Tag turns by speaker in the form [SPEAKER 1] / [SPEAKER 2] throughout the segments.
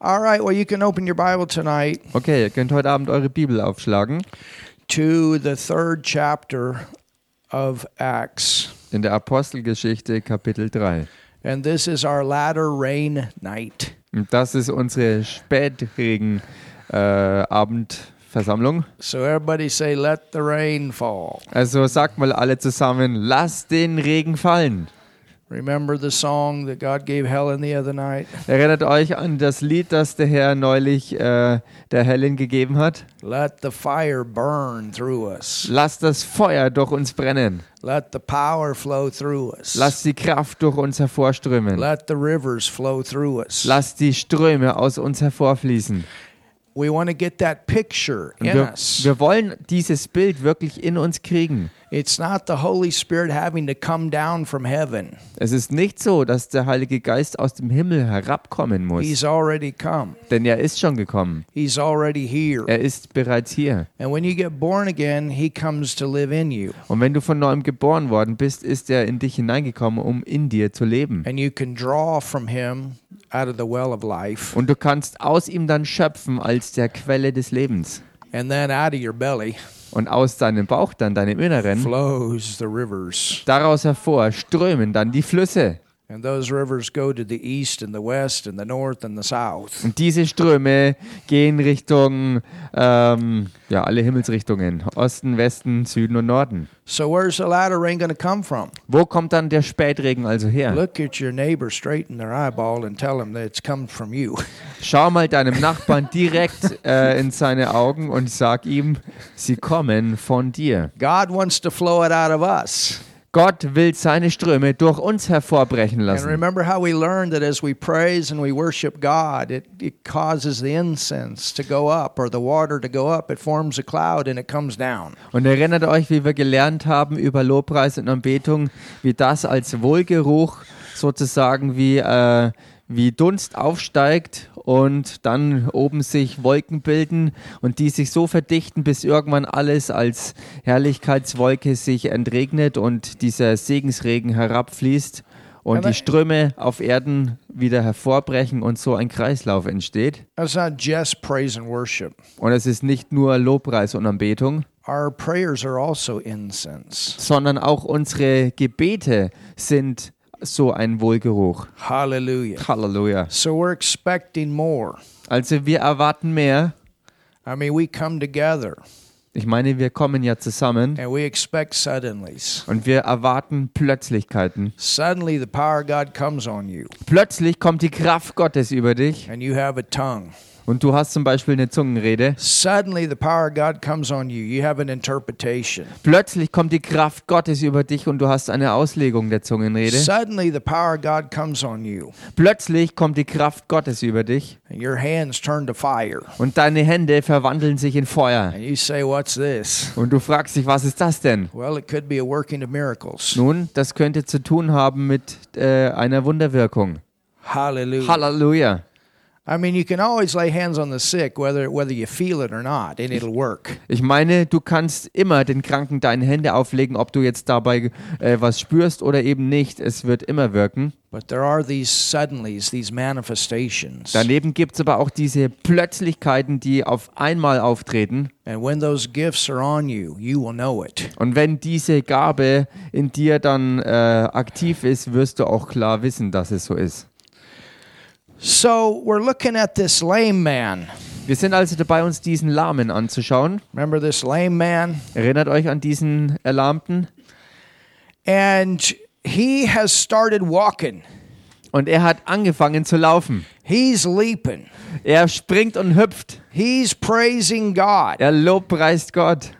[SPEAKER 1] All right, well, you can open your Bible tonight
[SPEAKER 2] Okay, ihr könnt heute Abend eure Bibel aufschlagen
[SPEAKER 1] to the third chapter of Acts.
[SPEAKER 2] in der Apostelgeschichte Kapitel 3.
[SPEAKER 1] And this is our latter rain night.
[SPEAKER 2] Und das ist unsere spätregen äh, Abendversammlung.
[SPEAKER 1] So everybody say, let the rain fall.
[SPEAKER 2] Also sagt mal alle zusammen, lasst den Regen fallen.
[SPEAKER 1] Remember the song that God gave Helen the other night?
[SPEAKER 2] Erinnert euch an das Lied, das der Herr neulich äh, der Helen gegeben hat.
[SPEAKER 1] Let the fire burn through us.
[SPEAKER 2] Lasst das Feuer durch uns brennen.
[SPEAKER 1] Let the power flow through us.
[SPEAKER 2] Lasst die Kraft durch uns hervorströmen.
[SPEAKER 1] Let the rivers flow through us.
[SPEAKER 2] Lasst die Ströme aus uns hervorfließen.
[SPEAKER 1] we want to get that picture
[SPEAKER 2] Und
[SPEAKER 1] in
[SPEAKER 2] wir,
[SPEAKER 1] us.
[SPEAKER 2] wir wollen dieses Bild wirklich in uns kriegen.
[SPEAKER 1] It's not the Holy Spirit having to come down from heaven.
[SPEAKER 2] Es ist nicht so, dass der Heilige Geist aus dem Himmel herabkommen muss,
[SPEAKER 1] He's already come.
[SPEAKER 2] denn er ist schon gekommen.
[SPEAKER 1] He's already here.
[SPEAKER 2] Er ist bereits hier.
[SPEAKER 1] And when you get born again, he comes to live in you.
[SPEAKER 2] Und wenn du von neuem geboren worden bist, ist er in dich hineingekommen, um in dir zu leben.
[SPEAKER 1] And you can draw from him out of the well of life
[SPEAKER 2] Und du kannst aus ihm dann schöpfen als der Quelle des Lebens.
[SPEAKER 1] and then out of your belly
[SPEAKER 2] Und aus deinem Bauch dann, deinem Inneren,
[SPEAKER 1] flows the rivers.
[SPEAKER 2] daraus hervor strömen dann die Flüsse.
[SPEAKER 1] And those rivers go to the east and the west and the north and the south.
[SPEAKER 2] Und diese Ströme gehen Richtung, ähm, ja, alle Himmelsrichtungen. Osten, Westen, Süden und Norden.
[SPEAKER 1] So where's the latter rain going to come from?
[SPEAKER 2] Wo kommt dann der Spätregen also her?
[SPEAKER 1] Look at your neighbor straight in their eyeball and tell them that it's come from you.
[SPEAKER 2] Schau mal deinem Nachbarn direkt äh, in seine Augen und sag ihm, sie kommen von dir.
[SPEAKER 1] God wants to flow it out of us.
[SPEAKER 2] Gott will seine Ströme durch uns hervorbrechen
[SPEAKER 1] And
[SPEAKER 2] lassen.
[SPEAKER 1] remember how we learned that as we praise and we worship God, it, it causes the incense to go up or the water to go up. It forms a cloud and it comes down.
[SPEAKER 2] Und erinnert euch, wie wir gelernt haben über Lobpreis und Anbetung, wie das als Wohlgeruch sozusagen wie, äh, wie Dunst aufsteigt und dann oben sich Wolken bilden und die sich so verdichten, bis irgendwann alles als Herrlichkeitswolke sich entregnet und dieser Segensregen herabfließt und die Ströme auf Erden wieder hervorbrechen und so ein Kreislauf entsteht.
[SPEAKER 1] That's not just praise and worship.
[SPEAKER 2] Und es ist nicht nur Lobpreis und Anbetung,
[SPEAKER 1] Our prayers are also incense.
[SPEAKER 2] sondern auch unsere Gebete sind so ein Wohlgeruch.
[SPEAKER 1] Hallelujah.
[SPEAKER 2] Halleluja.
[SPEAKER 1] So we're expecting more.
[SPEAKER 2] Also wir erwarten mehr.
[SPEAKER 1] I mean, we come together
[SPEAKER 2] Ich meine, wir kommen ja zusammen
[SPEAKER 1] and we expect suddenlies.
[SPEAKER 2] und wir erwarten Plötzlichkeiten.
[SPEAKER 1] Suddenly, the power of God comes on you
[SPEAKER 2] Plötzlich kommt die Kraft Gottes über dich
[SPEAKER 1] and you have a tongue.
[SPEAKER 2] und du hast zum Beispiel eine Zungenrede.
[SPEAKER 1] Suddenly, the power of God comes on you. You have an interpretation.
[SPEAKER 2] Plötzlich kommt die Kraft Gottes über dich und du hast eine Auslegung der Zungenrede.
[SPEAKER 1] Suddenly, the power of God comes on you,
[SPEAKER 2] Plötzlich kommt die Kraft Gottes über dich
[SPEAKER 1] and your hands turn to fire.
[SPEAKER 2] und deine Hände verwandeln sich in Feuer.
[SPEAKER 1] And you say, What's this?
[SPEAKER 2] Und du fragst dich, was ist das denn?
[SPEAKER 1] Well, it could be a working of miracles.
[SPEAKER 2] Nun, das könnte zu tun haben mit äh, einer Wunderwirkung.
[SPEAKER 1] Hallelujah.
[SPEAKER 2] Halleluja.
[SPEAKER 1] I mean, you can always lay hands on the sick, whether, whether you feel it or not, and it'll work.
[SPEAKER 2] Ich meine, du kannst immer den Kranken deine Hände auflegen, ob du jetzt dabei äh, was spürst oder eben nicht. Es wird immer wirken.
[SPEAKER 1] But there are these suddenlies, these manifestations.
[SPEAKER 2] Daneben gibt es aber auch diese Plötzlichkeiten, die auf einmal auftreten.
[SPEAKER 1] And when those gifts are on you, you will know it.
[SPEAKER 2] Und wenn diese Gabe in dir dann äh, aktiv ist, wirst du auch klar wissen, dass es so ist.
[SPEAKER 1] So we're looking at this lame man.
[SPEAKER 2] Wir sind also dabei, uns diesen Lahmen anzuschauen.
[SPEAKER 1] Remember this lame man?
[SPEAKER 2] Erinnert euch an diesen Erlahmten?
[SPEAKER 1] And he has started walking,
[SPEAKER 2] Und er hat angefangen zu laufen.
[SPEAKER 1] he's leaping.
[SPEAKER 2] Er springt und hüpft.
[SPEAKER 1] He's praising God.
[SPEAKER 2] Er lobpreist Gott.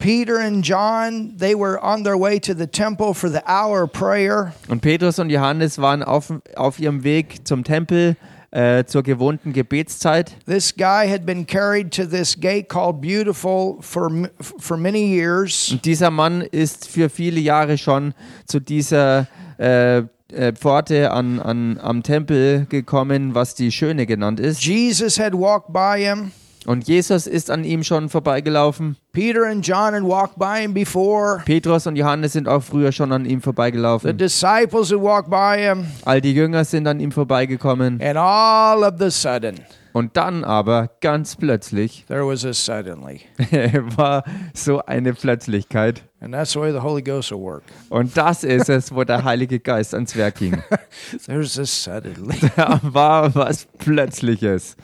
[SPEAKER 1] Peter and John, they were on their way to the temple for the hour of prayer,
[SPEAKER 2] Und Petrus und Johannes waren auf, auf ihrem Weg zum Tempel äh, zur gewohnten Gebetszeit.
[SPEAKER 1] this guy had been carried to this gate called Beautiful for m- for many years.
[SPEAKER 2] Und dieser Mann ist für viele Jahre schon zu dieser äh, äh, Pforte an, an, am Tempel gekommen, was die Schöne genannt ist.
[SPEAKER 1] Jesus had walked by him,
[SPEAKER 2] Und Jesus ist an ihm schon vorbeigelaufen.
[SPEAKER 1] Peter and John had walked by him before.
[SPEAKER 2] Petrus und Johannes sind auch früher schon an ihm
[SPEAKER 1] The
[SPEAKER 2] vorbeigelaufen.
[SPEAKER 1] disciples had walked by him.
[SPEAKER 2] All die Jünger sind an ihm vorbeigekommen.
[SPEAKER 1] And all of the sudden,
[SPEAKER 2] Und dann aber, ganz plötzlich,
[SPEAKER 1] there was a suddenly.
[SPEAKER 2] war so eine Plötzlichkeit.
[SPEAKER 1] And that's the way the Holy Ghost will work.
[SPEAKER 2] Und das ist es, wo der Heilige Geist ans Werk ging.
[SPEAKER 1] There's a suddenly.
[SPEAKER 2] Da war was Plötzliches.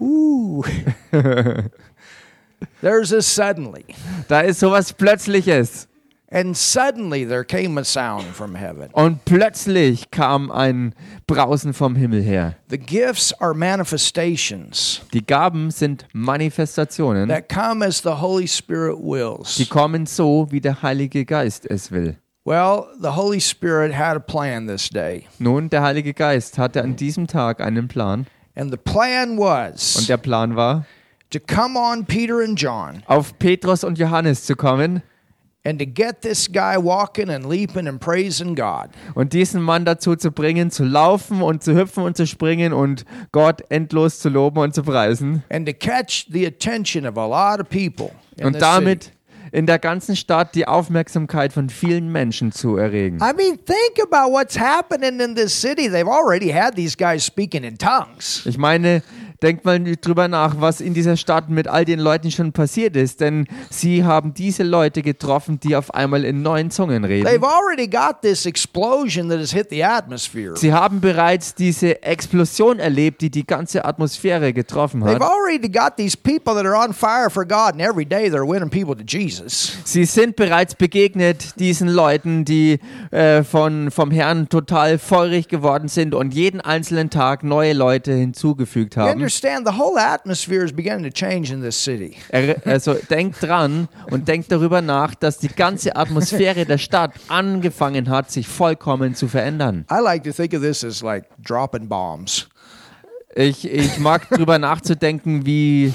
[SPEAKER 1] Ooh. There's a suddenly.
[SPEAKER 2] Da ist sowas Plötzliches.
[SPEAKER 1] And suddenly there came a sound from heaven.
[SPEAKER 2] Und plötzlich kam ein Brausen vom Himmel her.
[SPEAKER 1] The gifts are manifestations
[SPEAKER 2] Die Gaben sind Manifestationen,
[SPEAKER 1] that come as the Holy Spirit
[SPEAKER 2] die
[SPEAKER 1] wills.
[SPEAKER 2] kommen so, wie der Heilige Geist es will.
[SPEAKER 1] Well, the Holy Spirit had a plan this day.
[SPEAKER 2] Nun, der Heilige Geist hatte an diesem Tag einen Plan.
[SPEAKER 1] And the plan
[SPEAKER 2] Und
[SPEAKER 1] was
[SPEAKER 2] der Plan war,
[SPEAKER 1] to come on Peter and John
[SPEAKER 2] auf Petrus und Johannes zu kommen
[SPEAKER 1] and to get this guy walking and leaping and praising God.
[SPEAKER 2] und diesen Mann dazu zu bringen, zu laufen und zu hüpfen und zu springen und Gott endlos zu loben und zu preisen.
[SPEAKER 1] and to catch the attention of a lot of people. in
[SPEAKER 2] Und
[SPEAKER 1] the
[SPEAKER 2] damit
[SPEAKER 1] city.
[SPEAKER 2] in der ganzen Stadt die Aufmerksamkeit von vielen Menschen zu erregen.
[SPEAKER 1] I mean, think about what's happening in this city. They've already had these guys speaking in tongues.
[SPEAKER 2] Ich meine, denkt mal drüber nach, was in dieser Stadt mit all den Leuten schon passiert ist, denn sie haben diese Leute getroffen, die auf einmal in neuen Zungen
[SPEAKER 1] They've
[SPEAKER 2] reden.
[SPEAKER 1] already got this explosion that has hit the atmosphere.
[SPEAKER 2] Sie haben bereits diese Explosion erlebt, die die ganze Atmosphäre getroffen
[SPEAKER 1] They've
[SPEAKER 2] hat.
[SPEAKER 1] already got these people that are on fire for God, and every day they're winning people to Jesus.
[SPEAKER 2] Sie sind bereits begegnet diesen Leuten, die äh, von, vom Herrn total feurig geworden sind und jeden einzelnen Tag neue Leute hinzugefügt
[SPEAKER 1] You
[SPEAKER 2] haben.
[SPEAKER 1] understand, the whole atmosphere is beginning to change in this city.
[SPEAKER 2] Er- Also denkt dran und denkt darüber nach, dass die ganze Atmosphäre der Stadt angefangen hat, sich vollkommen zu verändern.
[SPEAKER 1] I like to think of this as like dropping bombs.
[SPEAKER 2] Ich, ich mag darüber nachzudenken, wie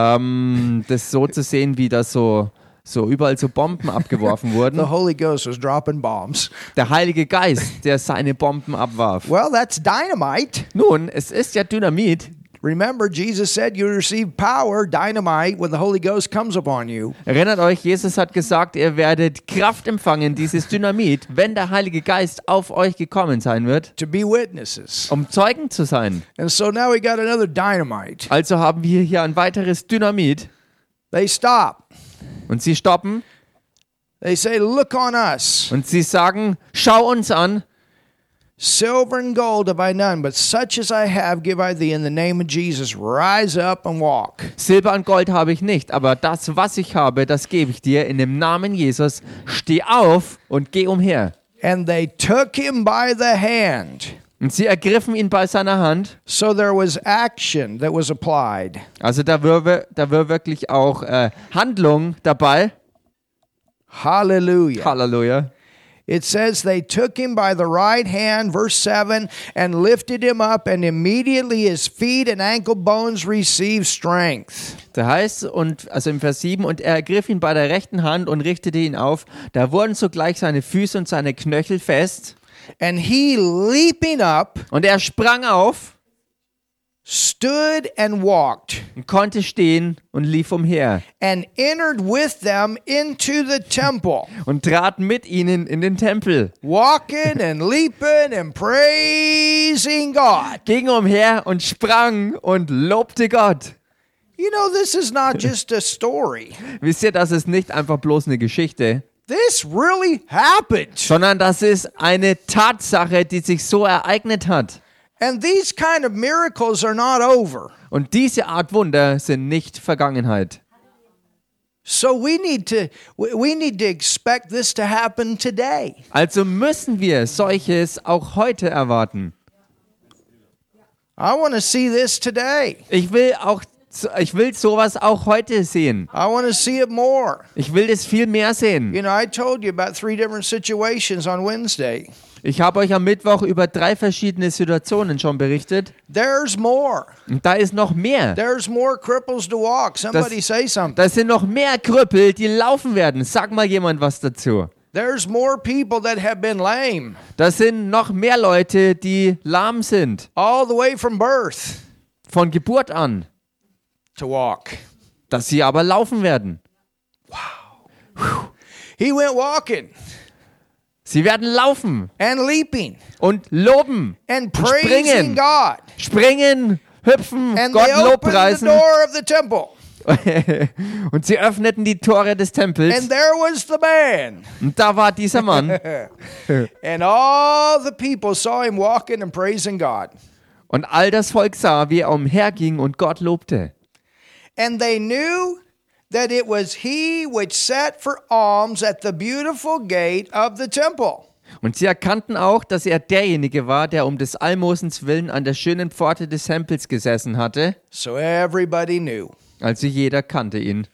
[SPEAKER 2] ähm, das so zu sehen, wie das so, so überall so Bomben abgeworfen
[SPEAKER 1] The
[SPEAKER 2] wurden.
[SPEAKER 1] Holy Ghost was dropping bombs.
[SPEAKER 2] Der Heilige Geist, der seine Bomben abwarf.
[SPEAKER 1] Well, that's dynamite.
[SPEAKER 2] Nun, es ist ja Dynamit.
[SPEAKER 1] Remember, Jesus said you receive power, dynamite, when the Holy Ghost comes upon you.
[SPEAKER 2] Erinnert euch, Jesus hat gesagt, ihr werdet Kraft empfangen, dieses Dynamit, wenn der Heilige Geist auf euch gekommen sein wird,
[SPEAKER 1] To be witnesses.
[SPEAKER 2] um Zeugen zu sein.
[SPEAKER 1] And so now we got another dynamite.
[SPEAKER 2] Also haben wir hier ein weiteres Dynamit
[SPEAKER 1] They stop.
[SPEAKER 2] und sie stoppen
[SPEAKER 1] They say, Look on us.
[SPEAKER 2] und sie sagen, schau uns an,
[SPEAKER 1] Silver and gold have I none, but such as I have give I thee in the name of Jesus. Rise up and walk.
[SPEAKER 2] Silber und Gold habe ich nicht, aber das, was ich habe, das gebe ich dir in dem Namen Jesus. Steh auf und geh umher.
[SPEAKER 1] And they took him by the hand.
[SPEAKER 2] Und sie ergriffen ihn bei seiner Hand.
[SPEAKER 1] So there was action that was applied.
[SPEAKER 2] Also da war, da war wirklich auch äh, Handlung dabei.
[SPEAKER 1] Hallelujah.
[SPEAKER 2] Halleluja.
[SPEAKER 1] It says they took him by the right hand, verse 7, and lifted him up, and immediately his feet and ankle bones received strength.
[SPEAKER 2] Da heißt und also im Vers 7 und er ergriff ihn bei der rechten Hand und richtete ihn auf. Da wurden sogleich seine Füße und seine Knöchel fest
[SPEAKER 1] And he, leaping up,
[SPEAKER 2] und er sprang auf
[SPEAKER 1] stood and walked,
[SPEAKER 2] und konnte stehen und lief umher
[SPEAKER 1] and entered with them into the temple,
[SPEAKER 2] und trat mit ihnen in den Tempel,
[SPEAKER 1] walking and leaping and praising God.
[SPEAKER 2] ging umher und sprang und lobte Gott.
[SPEAKER 1] You know, this is not just a story,
[SPEAKER 2] Wisst ihr, das ist nicht einfach bloß eine Geschichte,
[SPEAKER 1] this really happened.
[SPEAKER 2] sondern das ist eine Tatsache, die sich so ereignet hat.
[SPEAKER 1] And these kind of miracles are not over.
[SPEAKER 2] Und diese Art Wunder sind nicht Vergangenheit.
[SPEAKER 1] So we need to we- we need to expect this to happen today.
[SPEAKER 2] Also müssen wir solches auch heute erwarten.
[SPEAKER 1] I want to see this today.
[SPEAKER 2] Ich will auch ich will sowas auch heute sehen.
[SPEAKER 1] I want to see it more.
[SPEAKER 2] Ich will das viel mehr sehen.
[SPEAKER 1] You know, I told you about three different situations on Wednesday.
[SPEAKER 2] Ich habe euch am Mittwoch über drei verschiedene Situationen schon berichtet.
[SPEAKER 1] There's more.
[SPEAKER 2] Und da ist noch mehr.
[SPEAKER 1] There's more cripples to walk. Somebody say something.
[SPEAKER 2] Da sind noch mehr Krüppel, die laufen werden. Sag mal jemand was dazu.
[SPEAKER 1] There's more people that have been lame
[SPEAKER 2] Da sind noch mehr Leute, die lahm sind.
[SPEAKER 1] all the way from birth.
[SPEAKER 2] Von Geburt an.
[SPEAKER 1] to walk.
[SPEAKER 2] dass sie aber laufen werden.
[SPEAKER 1] He went walking
[SPEAKER 2] Sie werden laufen
[SPEAKER 1] and leaping
[SPEAKER 2] und loben,
[SPEAKER 1] and
[SPEAKER 2] springen.
[SPEAKER 1] praising God.
[SPEAKER 2] springen, hüpfen,
[SPEAKER 1] And
[SPEAKER 2] Gott
[SPEAKER 1] they opened the
[SPEAKER 2] lobpreisen.
[SPEAKER 1] door of the temple.
[SPEAKER 2] und sie öffneten die Tore des
[SPEAKER 1] And
[SPEAKER 2] Tempels.
[SPEAKER 1] there was the man.
[SPEAKER 2] Und da war dieser Mann.
[SPEAKER 1] And all the people saw him walking and praising God.
[SPEAKER 2] Und all das Volk sah, wie er umherging und Gott lobte.
[SPEAKER 1] And they knew that it was he which sat for alms at the beautiful gate of the temple.
[SPEAKER 2] Und sie erkannten auch, dass er derjenige war, der um des Almosens willen an der schönen Pforte des Tempels gesessen hatte.
[SPEAKER 1] So everybody knew.
[SPEAKER 2] Also jeder kannte ihn.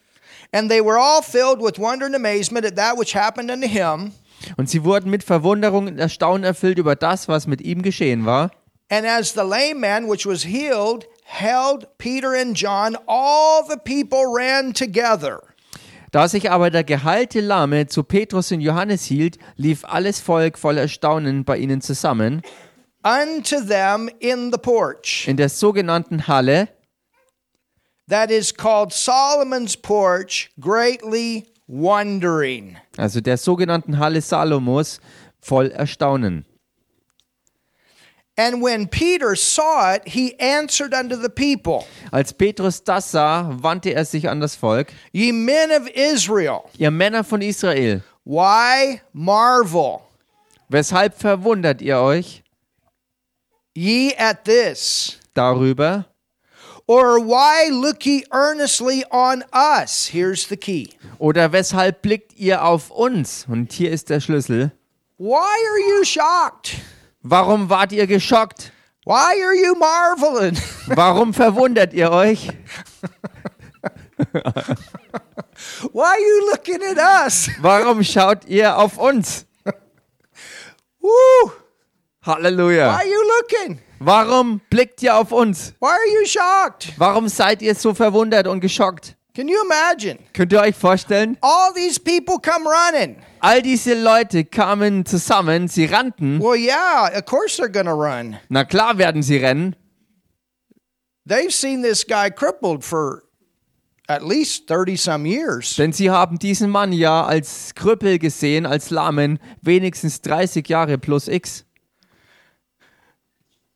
[SPEAKER 1] And they were all filled with wonder and amazement at that which happened unto him.
[SPEAKER 2] Und sie wurden mit Verwunderung und Erstaunen erfüllt über das, was mit ihm geschehen war.
[SPEAKER 1] And as the lame man which was healed held Peter and John, all the people ran together.
[SPEAKER 2] Da sich aber der geheilte Lahme zu Petrus und Johannes hielt, lief alles Volk voll Erstaunen bei ihnen zusammen
[SPEAKER 1] unto them in the porch.
[SPEAKER 2] in der sogenannten Halle,
[SPEAKER 1] That is called Solomon's porch, greatly wondering.
[SPEAKER 2] also der sogenannten Halle Salomos, voll Erstaunen.
[SPEAKER 1] And when Peter saw it, he answered unto the people,
[SPEAKER 2] Als Petrus das sah, wandte er sich an das Volk.
[SPEAKER 1] Ye men of Israel,
[SPEAKER 2] Ihr Männer von Israel,
[SPEAKER 1] why marvel
[SPEAKER 2] weshalb verwundert ihr euch
[SPEAKER 1] ye at this?
[SPEAKER 2] darüber?
[SPEAKER 1] Or why look ye earnestly on us? Here's the key.
[SPEAKER 2] Oder weshalb blickt ihr auf uns? Und hier ist der Schlüssel.
[SPEAKER 1] Why are you shocked?
[SPEAKER 2] Warum wart ihr geschockt?
[SPEAKER 1] Why are you marveling?
[SPEAKER 2] Warum verwundert ihr euch?
[SPEAKER 1] why are you looking at us?
[SPEAKER 2] Warum schaut ihr auf uns?
[SPEAKER 1] Woo! Why
[SPEAKER 2] Halleluja.
[SPEAKER 1] are you looking?
[SPEAKER 2] Warum blickt ihr auf uns?
[SPEAKER 1] Why are you shocked?
[SPEAKER 2] Warum seid ihr so verwundert und geschockt?
[SPEAKER 1] Can you imagine?
[SPEAKER 2] Könnt ihr euch vorstellen?
[SPEAKER 1] All these people come running.
[SPEAKER 2] All diese Leute kamen zusammen, sie rannten.
[SPEAKER 1] Well, yeah, of course they're going to run.
[SPEAKER 2] Na klar werden sie rennen.
[SPEAKER 1] They've seen this guy crippled for at least 30 some years.
[SPEAKER 2] Denn sie haben diesen Mann ja als Krüppel gesehen, als Lahmen, wenigstens 30 Jahre plus X.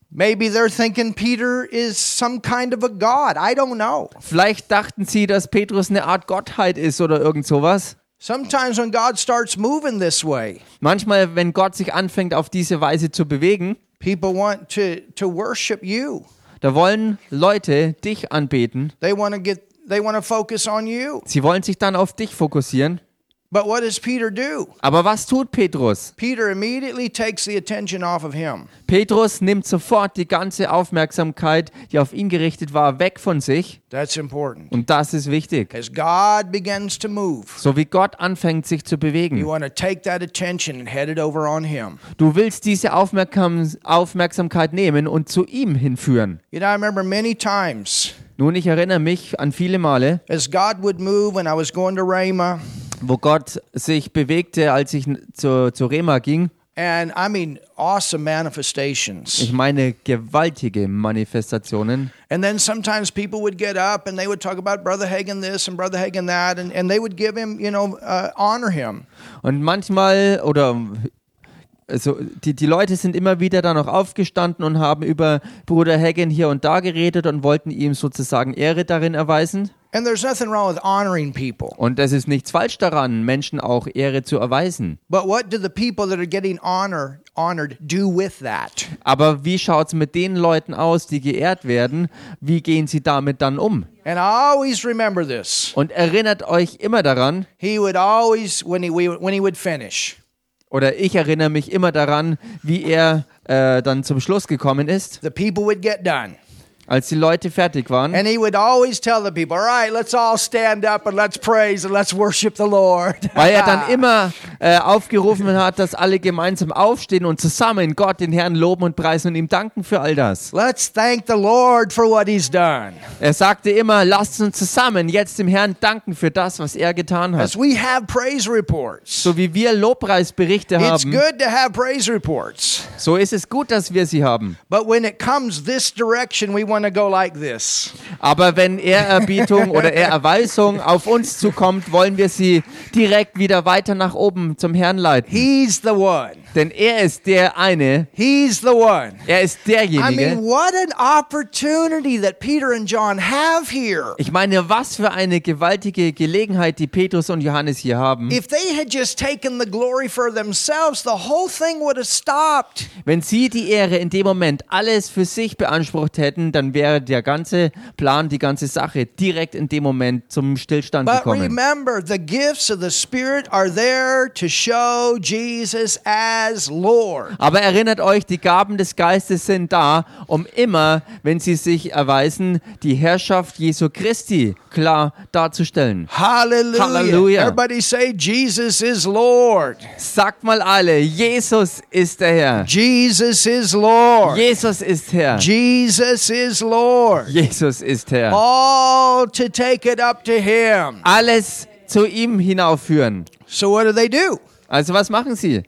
[SPEAKER 1] Maybe they're thinking Peter is some kind of a god. I don't know.
[SPEAKER 2] Vielleicht dachten sie, dass Petrus eine Art Gottheit ist oder irgend sowas.
[SPEAKER 1] Sometimes when God starts moving this way,
[SPEAKER 2] Manchmal, wenn Gott sich anfängt, auf diese Weise zu bewegen,
[SPEAKER 1] people want to, to worship you.
[SPEAKER 2] da wollen Leute dich anbeten.
[SPEAKER 1] They want to get they want to focus on you.
[SPEAKER 2] Sie wollen sich dann auf dich fokussieren.
[SPEAKER 1] But what does Peter do?
[SPEAKER 2] Aber was tut Petrus?
[SPEAKER 1] Peter immediately takes the attention off of him.
[SPEAKER 2] Petrus nimmt sofort die ganze Aufmerksamkeit, die auf ihn gerichtet war, weg von sich.
[SPEAKER 1] That's important.
[SPEAKER 2] Und das ist wichtig.
[SPEAKER 1] As God begins to move,
[SPEAKER 2] So wie Gott anfängt, sich zu
[SPEAKER 1] you
[SPEAKER 2] bewegen.
[SPEAKER 1] want to take that attention and head it over on Him.
[SPEAKER 2] Du willst diese Aufmerksam Aufmerksamkeit nehmen und zu ihm hinführen.
[SPEAKER 1] You know, I remember many times
[SPEAKER 2] Nun, ich erinnere mich an viele Male,
[SPEAKER 1] as God would move when I was going to Rhema,
[SPEAKER 2] wo Gott sich bewegte, als ich n- zu, zu Rema ging.
[SPEAKER 1] and I mean, awesome
[SPEAKER 2] Ich
[SPEAKER 1] manifestations.
[SPEAKER 2] meine, gewaltige Manifestationen.
[SPEAKER 1] And then sometimes people would get up and they would talk about Brother Hagen this and Brother Hagen that, and, and they would give him, you know, uh, honor him.
[SPEAKER 2] Und manchmal oder also die, die Leute sind immer wieder dann noch aufgestanden und haben über Bruder Hagen hier und da geredet und wollten ihm sozusagen Ehre darin erweisen.
[SPEAKER 1] And there's nothing wrong with honoring people.
[SPEAKER 2] Und es ist nichts falsch daran, Menschen auch Ehre zu erweisen.
[SPEAKER 1] But what do the people that are getting honor honored do with that?
[SPEAKER 2] Aber wie schaut es mit den Leuten aus, die geehrt werden? Wie gehen sie damit dann um?
[SPEAKER 1] And I always remember this.
[SPEAKER 2] Und erinnert euch immer daran,
[SPEAKER 1] He would always, when he, we- when he would finish,
[SPEAKER 2] oder ich erinnere mich immer daran, wie er äh, dann zum Schluss gekommen ist,
[SPEAKER 1] the people would get done.
[SPEAKER 2] als die Leute fertig waren.
[SPEAKER 1] And he would always tell the people, all right, let's all stand up and let's praise and let's worship the Lord.
[SPEAKER 2] Weil er dann immer äh, aufgerufen hat, dass alle gemeinsam aufstehen und zusammen Gott, den Herrn loben und preisen und ihm danken für all das.
[SPEAKER 1] let's thank the Lord for what he's done.
[SPEAKER 2] Er sagte immer, lasst uns zusammen jetzt dem Herrn danken für das, was er getan hat.
[SPEAKER 1] As we have praise reports,
[SPEAKER 2] So um, wie wir Lobpreisberichte
[SPEAKER 1] it's
[SPEAKER 2] haben,
[SPEAKER 1] good to have praise reports.
[SPEAKER 2] so ist es gut, dass wir sie haben.
[SPEAKER 1] But when it comes this direction, we want want to go like this.
[SPEAKER 2] Aber wenn Ehrerbietung oder Ehrerweisung auf uns zukommt, wollen wir sie direkt wieder weiter nach oben zum Herrn leiten.
[SPEAKER 1] He's the one.
[SPEAKER 2] Denn er ist der eine,
[SPEAKER 1] He's the one.
[SPEAKER 2] er ist
[SPEAKER 1] I mean,
[SPEAKER 2] derjenige.
[SPEAKER 1] what an opportunity that Peter and John have here.
[SPEAKER 2] Ich meine, was für eine gewaltige Gelegenheit, die Petrus und Johannes hier haben.
[SPEAKER 1] If they had just taken the glory for themselves, the whole thing would have stopped.
[SPEAKER 2] Wenn sie die Ehre in dem Moment alles für sich beansprucht hätten, dann wäre der ganze Plan, die ganze Sache direkt in dem Moment zum Stillstand
[SPEAKER 1] But
[SPEAKER 2] gekommen.
[SPEAKER 1] remember, the gifts of the Spirit are there to show Jesus as Lord.
[SPEAKER 2] Aber erinnert euch, die Gaben des Geistes sind da, um immer, wenn sie sich erweisen, die Herrschaft Jesu Christi klar darzustellen.
[SPEAKER 1] Hallelujah.
[SPEAKER 2] Hallelujah.
[SPEAKER 1] Everybody say, Jesus is Lord.
[SPEAKER 2] Sagt mal alle, Jesus ist der Herr.
[SPEAKER 1] Jesus is Lord.
[SPEAKER 2] Jesus ist Herr.
[SPEAKER 1] Jesus is Lord.
[SPEAKER 2] Jesus ist Herr.
[SPEAKER 1] All to take it up to Him.
[SPEAKER 2] Alles zu ihm hinaufführen.
[SPEAKER 1] So, what do they do?
[SPEAKER 2] Also was machen sie?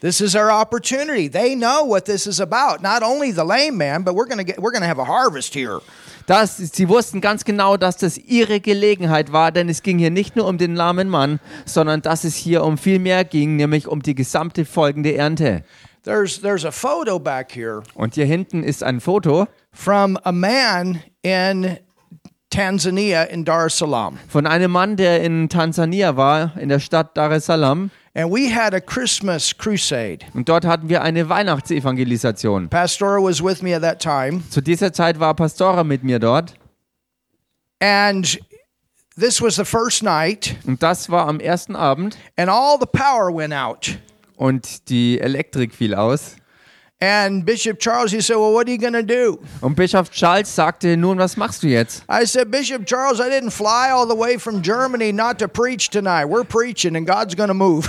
[SPEAKER 1] This is our opportunity. They know what this is about. Not only the lame man, but we're gonna get we're gonna have a harvest here.
[SPEAKER 2] Das, sie wussten ganz genau, dass das ihre Gelegenheit war, denn es ging hier nicht nur um den lahmen Mann, sondern dass es hier um viel mehr ging, nämlich um die gesamte folgende Ernte.
[SPEAKER 1] There's there's a photo back here
[SPEAKER 2] Und hier hinten ist ein Foto
[SPEAKER 1] from a man in Tanzania in Dar es Salaam.
[SPEAKER 2] von einem Mann, der in Tansania war, in der Stadt Dar es Salaam.
[SPEAKER 1] And we had a Christmas crusade.
[SPEAKER 2] Und dort hatten wir eine Weihnachtsevangelisation.
[SPEAKER 1] Pastora was with me at that time.
[SPEAKER 2] Zu dieser Zeit war Pastora mit mir dort.
[SPEAKER 1] And this was the first night,
[SPEAKER 2] Und das war am ersten Abend.
[SPEAKER 1] and all the power went out.
[SPEAKER 2] Und die Elektrik fiel aus.
[SPEAKER 1] And Bishop Charles, he said, Well, what are you going to do?
[SPEAKER 2] Und Bischof Charles sagte, nun, was machst du jetzt?
[SPEAKER 1] I said, Bishop Charles, I didn't fly all the way from Germany not to preach tonight. We're preaching, and God's going to move.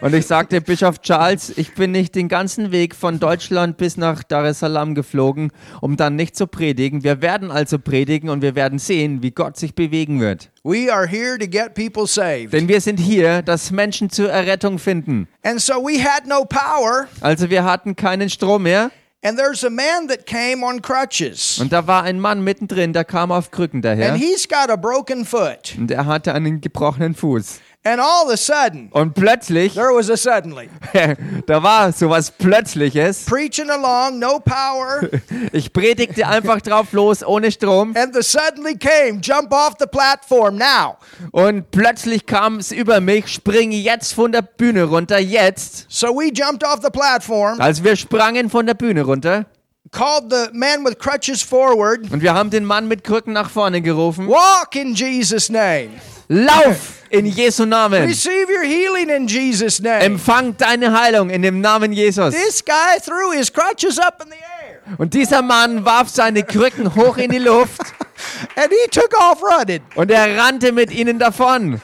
[SPEAKER 2] Und ich sagte Bischof Charles, ich bin nicht den ganzen Weg von Deutschland bis nach Dar es Salaam geflogen, um dann nicht zu predigen. Wir werden also predigen und wir werden sehen, wie Gott sich bewegen wird.
[SPEAKER 1] we are here to get people saved.
[SPEAKER 2] Denn wir sind hier, dass Menschen zur Errettung finden.
[SPEAKER 1] And so we had no power,
[SPEAKER 2] Also wir hatten keinen Strom mehr
[SPEAKER 1] and there's a man that came on crutches,
[SPEAKER 2] und da war ein Mann mittendrin, der kam auf Krücken daher
[SPEAKER 1] and he's got a broken foot.
[SPEAKER 2] und er hatte einen gebrochenen Fuß.
[SPEAKER 1] And all of a sudden,
[SPEAKER 2] Und plötzlich,
[SPEAKER 1] there was a suddenly.
[SPEAKER 2] da war sowas Plötzliches.
[SPEAKER 1] Preaching along, no power,
[SPEAKER 2] Ich predigte einfach drauf los, ohne Strom.
[SPEAKER 1] and the suddenly came jump off the platform now.
[SPEAKER 2] Und plötzlich kam es über mich, springe jetzt von der Bühne runter, jetzt.
[SPEAKER 1] So we jumped off the platform,
[SPEAKER 2] Also wir sprangen von der Bühne runter
[SPEAKER 1] called the man with crutches forward.
[SPEAKER 2] und wir haben den Mann mit Krücken nach vorne gerufen.
[SPEAKER 1] Walk in Jesus' name.
[SPEAKER 2] Lauf in Jesu Namen.
[SPEAKER 1] Receive your healing in Jesus' name.
[SPEAKER 2] Empfang deine Heilung in dem Namen Jesus.
[SPEAKER 1] This guy threw his crutches up in the air
[SPEAKER 2] Und dieser Mann warf seine Krücken hoch in die Luft
[SPEAKER 1] and he took off running.
[SPEAKER 2] und er rannte mit ihnen davon.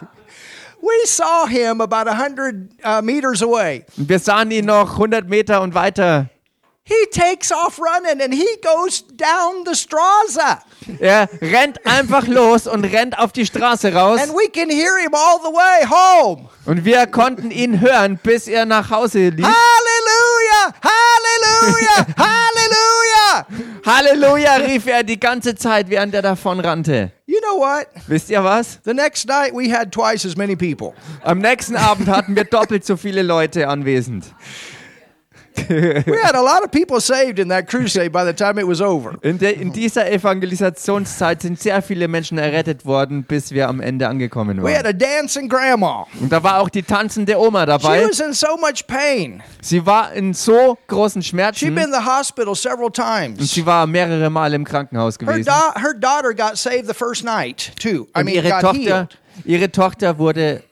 [SPEAKER 1] We saw him about 100 uh, meters away.
[SPEAKER 2] Und wir sahen ihn noch 100 Meter und weiter.
[SPEAKER 1] He takes off running and he goes down the Straza.
[SPEAKER 2] Er rennt einfach los und rennt auf die Straße raus.
[SPEAKER 1] And we can hear him all the way home.
[SPEAKER 2] Und wir konnten ihn hören, bis er nach Hause lief.
[SPEAKER 1] Ah! Hallelujah! Hallelujah! Hallelujah!
[SPEAKER 2] Halleluja, rief er die ganze Zeit, während er davon rannte.
[SPEAKER 1] You know what?
[SPEAKER 2] Wisst ihr was?
[SPEAKER 1] The next night we had twice as many people.
[SPEAKER 2] Am nächsten Abend hatten wir doppelt so viele Leute anwesend.
[SPEAKER 1] We had a lot of people saved in that crusade by the time it was over.
[SPEAKER 2] In, der- in dieser Evangelisationszeit sind sehr viele Menschen errettet worden, bis wir am Ende angekommen
[SPEAKER 1] We had
[SPEAKER 2] waren.
[SPEAKER 1] a dancing grandma.
[SPEAKER 2] Und da war auch die tanzende Oma
[SPEAKER 1] She
[SPEAKER 2] dabei.
[SPEAKER 1] was in so much pain.
[SPEAKER 2] Sie war in so großen
[SPEAKER 1] She'd
[SPEAKER 2] Schmerzen.
[SPEAKER 1] been in the hospital several
[SPEAKER 2] und
[SPEAKER 1] times.
[SPEAKER 2] Sie war mehrere Mal im Krankenhaus
[SPEAKER 1] Her,
[SPEAKER 2] gewesen.
[SPEAKER 1] da- her daughter got saved the first night, too. I
[SPEAKER 2] Und
[SPEAKER 1] mean,
[SPEAKER 2] ihre
[SPEAKER 1] got
[SPEAKER 2] Tochter,
[SPEAKER 1] healed.
[SPEAKER 2] ihre Tochter wurde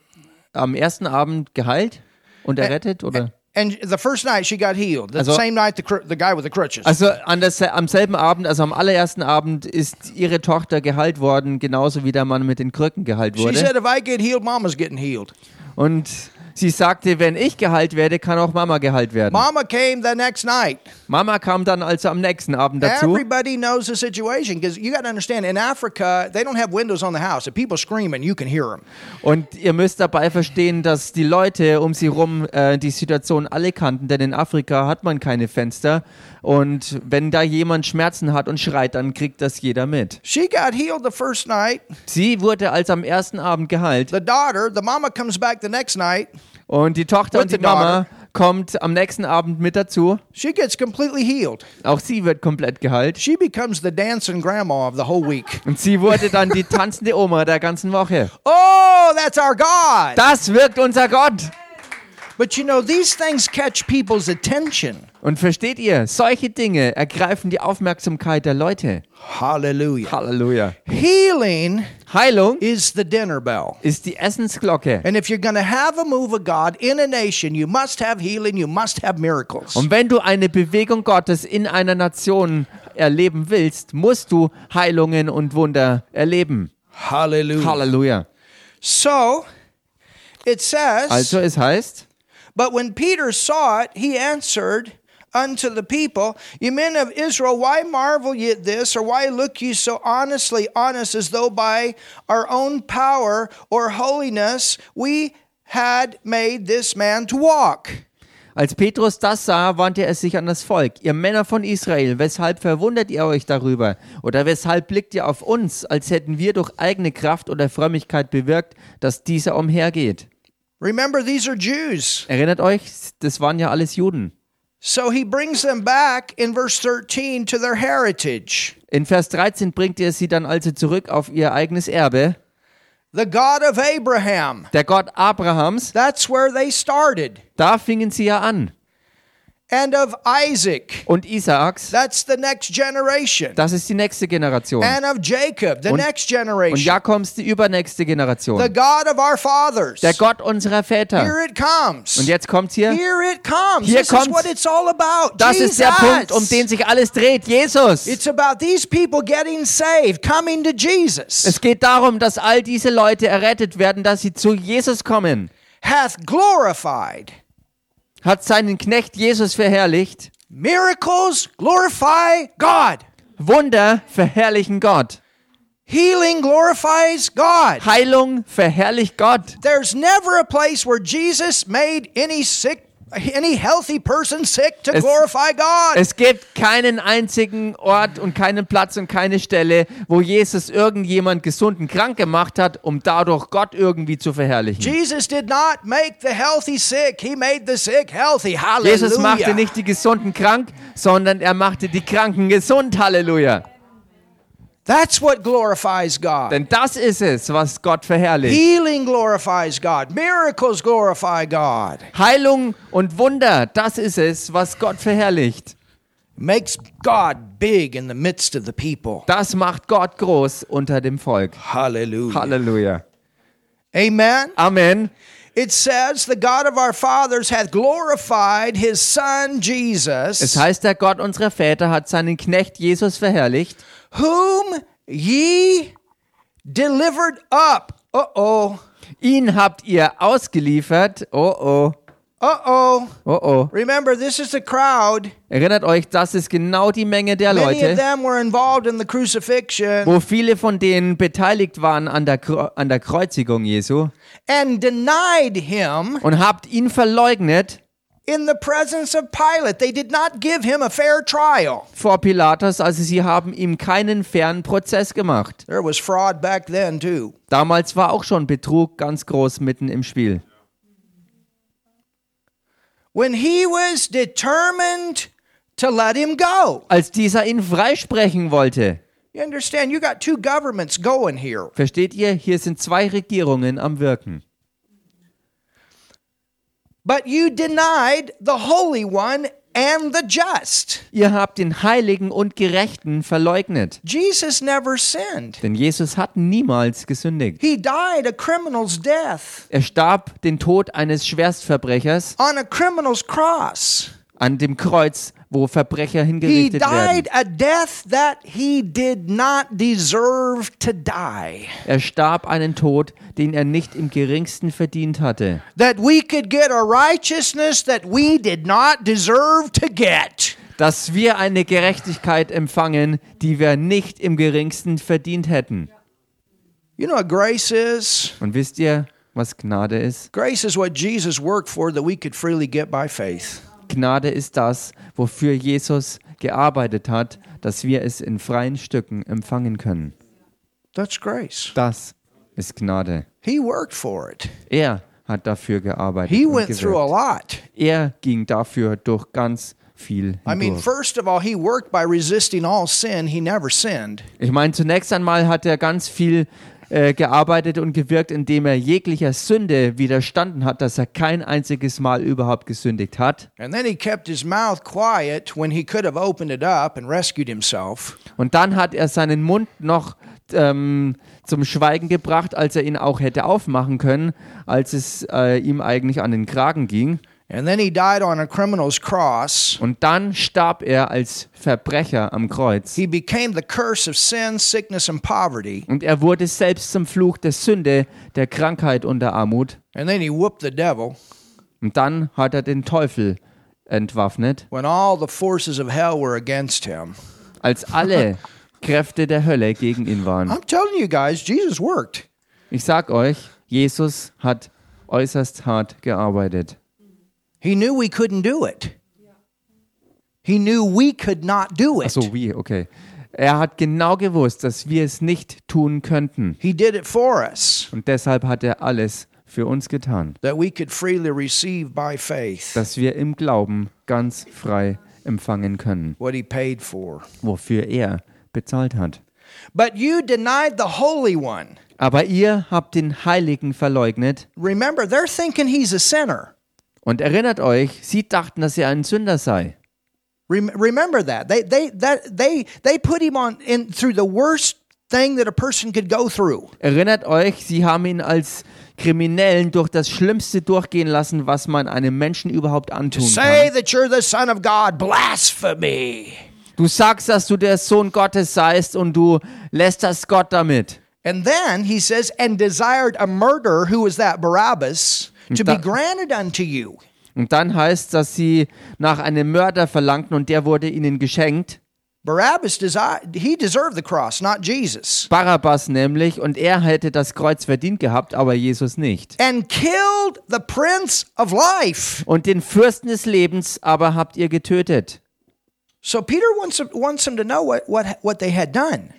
[SPEAKER 2] am ersten Abend geheilt
[SPEAKER 1] Äh,
[SPEAKER 2] und errettet, oder?
[SPEAKER 1] And the first night she got healed. The
[SPEAKER 2] Also-
[SPEAKER 1] same night the, cr- the guy with the crutches.
[SPEAKER 2] Also an das, am selben Abend, also am allerersten Abend, ist ihre Tochter geheilt worden, genauso wie der Mann mit den Krücken geheilt
[SPEAKER 1] she
[SPEAKER 2] wurde.
[SPEAKER 1] said, if I get healed, mama's getting healed.
[SPEAKER 2] Und sie sagte, wenn ich geheilt werde, kann auch Mama geheilt werden.
[SPEAKER 1] Mama came the next night.
[SPEAKER 2] Mama kam dann also am nächsten Abend dazu.
[SPEAKER 1] Everybody knows the situation because you got to understand in Africa, they don't have windows on the house. If people screaming, you can hear them.
[SPEAKER 2] Und ihr müsst dabei verstehen, dass die Leute um sie rum äh, die Situation alle kannten, denn in Afrika hat man keine Fenster Und wenn da jemand Schmerzen hat und schreit, dann kriegt das jeder mit.
[SPEAKER 1] She got healed the first night.
[SPEAKER 2] Sie wurde als am ersten Abend geheilt
[SPEAKER 1] The daughter, the mama comes back the next night.
[SPEAKER 2] und die Tochter
[SPEAKER 1] With
[SPEAKER 2] und die
[SPEAKER 1] the daughter.
[SPEAKER 2] Mama kommt am nächsten Abend mit dazu.
[SPEAKER 1] She gets completely healed.
[SPEAKER 2] Auch sie wird komplett geheilt.
[SPEAKER 1] She becomes the dancing grandma of the whole week.
[SPEAKER 2] Und sie wurde dann die tanzende Oma der ganzen Woche.
[SPEAKER 1] Oh, that's our God.
[SPEAKER 2] Das wirkt unser Gott.
[SPEAKER 1] But you know, these things catch people's attention.
[SPEAKER 2] Und versteht ihr, solche Dinge ergreifen die Aufmerksamkeit der Leute.
[SPEAKER 1] Hallelujah.
[SPEAKER 2] Halleluja.
[SPEAKER 1] Healing
[SPEAKER 2] Heilung
[SPEAKER 1] is the dinner bell.
[SPEAKER 2] ist die Essensglocke.
[SPEAKER 1] And if you're going to have a move of God in a nation, you must have healing, you must have miracles.
[SPEAKER 2] Und wenn du eine Bewegung Gottes in einer Nation erleben willst, musst du Heilungen und Wunder erleben.
[SPEAKER 1] Hallelujah.
[SPEAKER 2] Halleluja.
[SPEAKER 1] So it says,
[SPEAKER 2] Also es heißt,
[SPEAKER 1] But when Peter saw it, he answered unto the people, Ye men of Israel, why marvel ye at this, or why look ye so honestly on us as though by our own power or holiness we had made this man to walk?
[SPEAKER 2] als Petrus das sah, wandte er sich an das Volk. Ihr Männer von Israel, weshalb verwundert ihr euch darüber? Oder weshalb blickt ihr auf uns, als hätten wir durch eigene Kraft oder Frömmigkeit bewirkt, dass dieser umhergeht?
[SPEAKER 1] Remember, these are Jews.
[SPEAKER 2] Erinnert euch, das waren ja alles Juden.
[SPEAKER 1] So he brings them back in verse 13 to their heritage.
[SPEAKER 2] In Vers 13 bringt er sie dann also zurück auf ihr eigenes Erbe.
[SPEAKER 1] The God of Abraham.
[SPEAKER 2] Der Gott Abrahams,
[SPEAKER 1] That's where they started.
[SPEAKER 2] da fingen sie ja an.
[SPEAKER 1] And of Isaac.
[SPEAKER 2] Und Isaaks,
[SPEAKER 1] That's the next generation.
[SPEAKER 2] das ist die nächste Generation.
[SPEAKER 1] and of Jacob, the
[SPEAKER 2] Und-
[SPEAKER 1] next
[SPEAKER 2] Und
[SPEAKER 1] generation,
[SPEAKER 2] Jakobs, die übernächste
[SPEAKER 1] the
[SPEAKER 2] Generation.
[SPEAKER 1] God of our fathers.
[SPEAKER 2] Der Gott unserer Väter.
[SPEAKER 1] Here it comes.
[SPEAKER 2] Und jetzt kommt's hier.
[SPEAKER 1] Here it comes.
[SPEAKER 2] Hier
[SPEAKER 1] this
[SPEAKER 2] kommt's.
[SPEAKER 1] is what it's all about.
[SPEAKER 2] Das
[SPEAKER 1] Jesus.
[SPEAKER 2] ist der Punkt, um den sich alles dreht. Jesus.
[SPEAKER 1] It's about these people getting saved, coming to Jesus.
[SPEAKER 2] Es geht darum, dass all diese Leute errettet werden, dass sie zu Jesus kommen.
[SPEAKER 1] Hath glorified.
[SPEAKER 2] Hat seinen Knecht Jesus verherrlicht.
[SPEAKER 1] Miracles glorify God.
[SPEAKER 2] Wunder verherrlichen Gott.
[SPEAKER 1] Healing glorifies God.
[SPEAKER 2] Heilung verherrlicht Gott.
[SPEAKER 1] There's never a place where Jesus made any sick, any healthy person sick to
[SPEAKER 2] Es-
[SPEAKER 1] glorify God.
[SPEAKER 2] Es gibt keinen einzigen Ort und keinen Platz und keine Stelle, wo Jesus irgendjemand gesunden krank gemacht hat, um dadurch Gott irgendwie zu verherrlichen.
[SPEAKER 1] Jesus did not make the healthy sick. He made the sick healthy. Hallelujah.
[SPEAKER 2] Jesus machte nicht die Gesunden krank, sondern er machte die Kranken gesund. Halleluja.
[SPEAKER 1] That's what glorifies God.
[SPEAKER 2] Denn das ist es, was Gott verherrlicht.
[SPEAKER 1] Healing glorifies God. Miracles glorify God.
[SPEAKER 2] Heilung und Wunder, das ist es, was Gott verherrlicht.
[SPEAKER 1] Makes God big in the midst of the people.
[SPEAKER 2] Das macht Gott groß unter dem Volk.
[SPEAKER 1] Hallelujah.
[SPEAKER 2] Halleluja.
[SPEAKER 1] Amen.
[SPEAKER 2] Amen.
[SPEAKER 1] It says, The God of our fathers hath glorified his son Jesus,
[SPEAKER 2] Es heißt, der Gott unserer Väter hat seinen Knecht Jesus verherrlicht.
[SPEAKER 1] whom ye delivered up. Uh oh.
[SPEAKER 2] Ihn habt ihr ausgeliefert. Oh oh,
[SPEAKER 1] Uh oh.
[SPEAKER 2] oh oh.
[SPEAKER 1] Remember, this is the crowd.
[SPEAKER 2] Erinnert euch, das ist genau die Menge der
[SPEAKER 1] Many of
[SPEAKER 2] Leute,
[SPEAKER 1] them were involved in the crucifixion
[SPEAKER 2] wo viele von denen beteiligt waren an der, Kr- an der Kreuzigung Jesu
[SPEAKER 1] and denied him
[SPEAKER 2] und habt ihn verleugnet
[SPEAKER 1] in the presence of Pilate. They did not give him a fair trial.
[SPEAKER 2] vor Pilatus, also sie haben ihm keinen fairen Prozess gemacht.
[SPEAKER 1] There was fraud back then, too.
[SPEAKER 2] Damals war auch schon Betrug ganz groß mitten im Spiel.
[SPEAKER 1] When he was determined to let him go.
[SPEAKER 2] Als dieser ihn freisprechen wollte,
[SPEAKER 1] You understand, you got two governments going here.
[SPEAKER 2] versteht ihr, hier sind zwei Regierungen am Wirken.
[SPEAKER 1] But you denied the Holy One and the just.
[SPEAKER 2] Ihr habt den Heiligen und Gerechten verleugnet.
[SPEAKER 1] Jesus never sinned,
[SPEAKER 2] Denn Jesus hat niemals gesündigt.
[SPEAKER 1] he died a criminal's death
[SPEAKER 2] Er starb den Tod eines Schwerstverbrechers
[SPEAKER 1] on a criminal's cross.
[SPEAKER 2] an dem Kreuz, wo Verbrecher
[SPEAKER 1] He
[SPEAKER 2] hingerichtet werden.
[SPEAKER 1] died a death that he did not deserve to die.
[SPEAKER 2] Er starb einen Tod, den er nicht im geringsten verdient hatte.
[SPEAKER 1] That we could get a righteousness that we did not deserve to get.
[SPEAKER 2] Dass wir eine Gerechtigkeit empfangen, die wir nicht im geringsten verdient hätten.
[SPEAKER 1] You know what grace is?
[SPEAKER 2] Und wisst ihr, was Gnade ist?
[SPEAKER 1] Grace is what Jesus worked for that we could freely get by faith.
[SPEAKER 2] Gnade ist das, wofür Jesus gearbeitet hat, dass wir es in freien Stücken empfangen können.
[SPEAKER 1] That's grace.
[SPEAKER 2] Das ist Gnade.
[SPEAKER 1] He worked for it.
[SPEAKER 2] Er hat dafür gearbeitet.
[SPEAKER 1] He
[SPEAKER 2] und
[SPEAKER 1] went through a
[SPEAKER 2] gewirkt.
[SPEAKER 1] lot.
[SPEAKER 2] Er ging dafür durch ganz viel
[SPEAKER 1] I mean,
[SPEAKER 2] hindurch.
[SPEAKER 1] first of all, he worked by resisting all sin. He never sinned.
[SPEAKER 2] Ich meine, zunächst einmal hat er ganz viel äh, gearbeitet und gewirkt, indem er jeglicher Sünde widerstanden hat, dass er kein einziges Mal überhaupt gesündigt hat.
[SPEAKER 1] And then he kept his mouth quiet when he could have opened it up and rescued himself.
[SPEAKER 2] Und dann hat er seinen Mund noch ähm, zum Schweigen gebracht, als er ihn auch hätte aufmachen können, als es äh, ihm eigentlich an den Kragen ging.
[SPEAKER 1] And then he died on a criminal's cross.
[SPEAKER 2] Und dann starb er als Verbrecher am Kreuz.
[SPEAKER 1] He became the curse of sin, sickness, and poverty.
[SPEAKER 2] Und er wurde selbst zum Fluch der Sünde, der Krankheit und der Armut.
[SPEAKER 1] And then he whooped the devil
[SPEAKER 2] Und dann hat er den Teufel entwaffnet.
[SPEAKER 1] when all the forces of hell were against him.
[SPEAKER 2] als alle Kräfte der Hölle gegen ihn waren.
[SPEAKER 1] I'm telling you guys, Jesus worked.
[SPEAKER 2] Ich sag euch, Jesus hat äußerst hart gearbeitet.
[SPEAKER 1] He knew we couldn't do it. He knew we could not do it.
[SPEAKER 2] So wie, okay. Er hat genau gewusst, dass wir es nicht tun könnten.
[SPEAKER 1] He did it for us
[SPEAKER 2] Und deshalb hat er alles für uns getan,
[SPEAKER 1] that we could freely receive by faith
[SPEAKER 2] dass wir im Glauben ganz frei empfangen können,
[SPEAKER 1] what he paid for.
[SPEAKER 2] wofür er bezahlt hat.
[SPEAKER 1] But you denied the Holy One.
[SPEAKER 2] Aber ihr habt den Heiligen verleugnet
[SPEAKER 1] Remember, they're thinking he's a sinner.
[SPEAKER 2] und erinnert euch, sie dachten, dass er ein Sünder sei.
[SPEAKER 1] Rem- remember that they they that they they put him on in through the worst thing that a person could go through.
[SPEAKER 2] Erinnert euch, sie haben ihn als Kriminellen durch das Schlimmste durchgehen lassen, was man einem Menschen überhaupt antun
[SPEAKER 1] Say
[SPEAKER 2] kann.
[SPEAKER 1] that you're the son of God, blasphemy.
[SPEAKER 2] Du sagst, dass du der Sohn Gottes seist und du lässt das Gott damit.
[SPEAKER 1] And then he says, and desired a murderer who was that Barabbas to be
[SPEAKER 2] Da-
[SPEAKER 1] granted unto you.
[SPEAKER 2] Und dann heißt, dass sie nach einem Mörder verlangten und der wurde ihnen geschenkt.
[SPEAKER 1] Barabbas desired he deserved the cross, not Jesus.
[SPEAKER 2] Barabbas nämlich, und er hätte das Kreuz verdient gehabt, aber Jesus nicht.
[SPEAKER 1] And killed the prince of life.
[SPEAKER 2] Und den Fürsten des Lebens aber habt ihr getötet.
[SPEAKER 1] So Peter wants, wants him to know what, what, what they had done.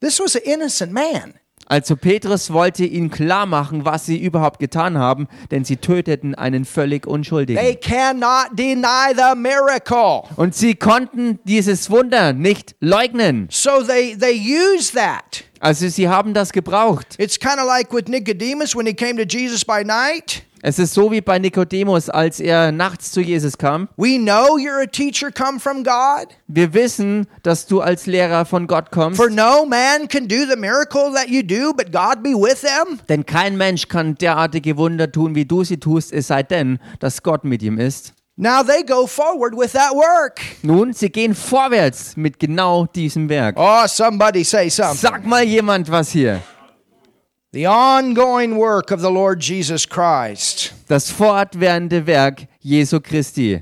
[SPEAKER 1] This was an innocent man.
[SPEAKER 2] Also Petrus wollte ihnen klar machen, was sie überhaupt getan haben, denn sie töteten einen völlig Unschuldigen.
[SPEAKER 1] They cannot deny the miracle.
[SPEAKER 2] Und sie konnten dieses Wunder nicht leugnen.
[SPEAKER 1] So they, they use that.
[SPEAKER 2] Also sie haben das gebraucht.
[SPEAKER 1] It's kind of like with Nicodemus when he came to Jesus by night.
[SPEAKER 2] Es ist so wie bei Nikodemus, als er nachts zu Jesus kam.
[SPEAKER 1] We know you're a teacher come from God,
[SPEAKER 2] Wir wissen, dass du als Lehrer von Gott kommst.
[SPEAKER 1] for no man can do the miracle that you do, but God be with them.
[SPEAKER 2] Denn kein Mensch kann derartige Wunder tun, wie du sie tust, es sei denn, dass Gott mit ihm ist.
[SPEAKER 1] Now they go forward with that work.
[SPEAKER 2] Nun, sie gehen vorwärts mit genau diesem Werk.
[SPEAKER 1] Oh, somebody say something.
[SPEAKER 2] Sag mal jemand was hier.
[SPEAKER 1] The ongoing work of the Lord Jesus Christ.
[SPEAKER 2] Das fortwährende Werk Jesu Christi.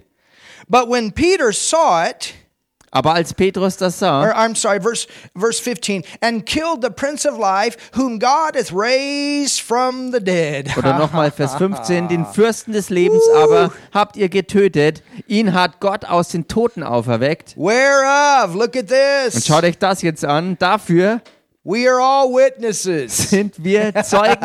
[SPEAKER 1] But when Peter saw it,
[SPEAKER 2] Aber als Petrus das sah,
[SPEAKER 1] or I'm sorry, verse verse 15, and killed the prince of life, whom God hath raised from the dead.
[SPEAKER 2] Oder nochmal Vers 15, den Fürsten des Lebens aber habt ihr getötet, ihn hat Gott aus den Toten auferweckt.
[SPEAKER 1] Whereof, look at
[SPEAKER 2] Und
[SPEAKER 1] this.
[SPEAKER 2] schaut euch das jetzt an, dafür
[SPEAKER 1] We are all witnesses.
[SPEAKER 2] sind wir Zeugen.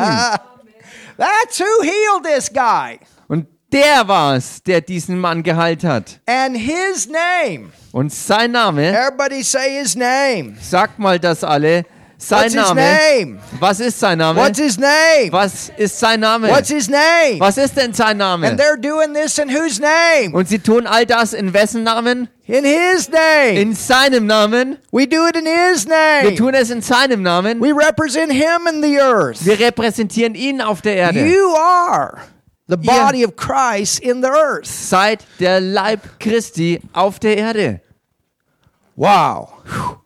[SPEAKER 1] That's who healed this guy.
[SPEAKER 2] Und der war's, der diesen Mann geheilt hat.
[SPEAKER 1] And his name.
[SPEAKER 2] Und sein Name,
[SPEAKER 1] Everybody say his name.
[SPEAKER 2] sagt mal das alle, sein
[SPEAKER 1] What's his
[SPEAKER 2] Name.
[SPEAKER 1] name?
[SPEAKER 2] Was ist sein Name?
[SPEAKER 1] What's his name?
[SPEAKER 2] Was ist sein Name?
[SPEAKER 1] What's his name?
[SPEAKER 2] Was ist denn sein Name?
[SPEAKER 1] And they're doing this in whose name?
[SPEAKER 2] Und sie tun all das in wessen Namen?
[SPEAKER 1] In his name.
[SPEAKER 2] In seinem Namen.
[SPEAKER 1] We do it in his
[SPEAKER 2] Wir
[SPEAKER 1] name.
[SPEAKER 2] tun es in seinem Namen.
[SPEAKER 1] We represent him in the earth.
[SPEAKER 2] Wir repräsentieren ihn auf der Erde.
[SPEAKER 1] You are the
[SPEAKER 2] Ihr-
[SPEAKER 1] body of Christ in the earth.
[SPEAKER 2] seid der Leib Christi auf der Erde.
[SPEAKER 1] Wow. Whew.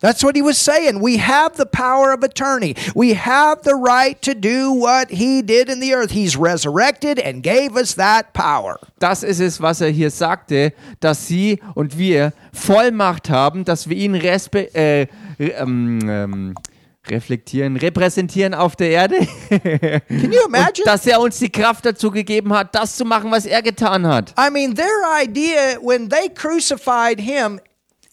[SPEAKER 1] That's what he was saying. We have the power of attorney. We have the right to do what he did in the earth. He's resurrected and gave us that power.
[SPEAKER 2] Das ist es, was er hier sagte, dass sie und wir Vollmacht haben, dass wir ihn respe äh, re- ähm, ähm, reflektieren, repräsentieren auf der Erde,
[SPEAKER 1] Can you imagine?
[SPEAKER 2] dass er uns die Kraft dazu gegeben hat, das zu machen, was er getan hat.
[SPEAKER 1] I mean, their idea when they crucified him,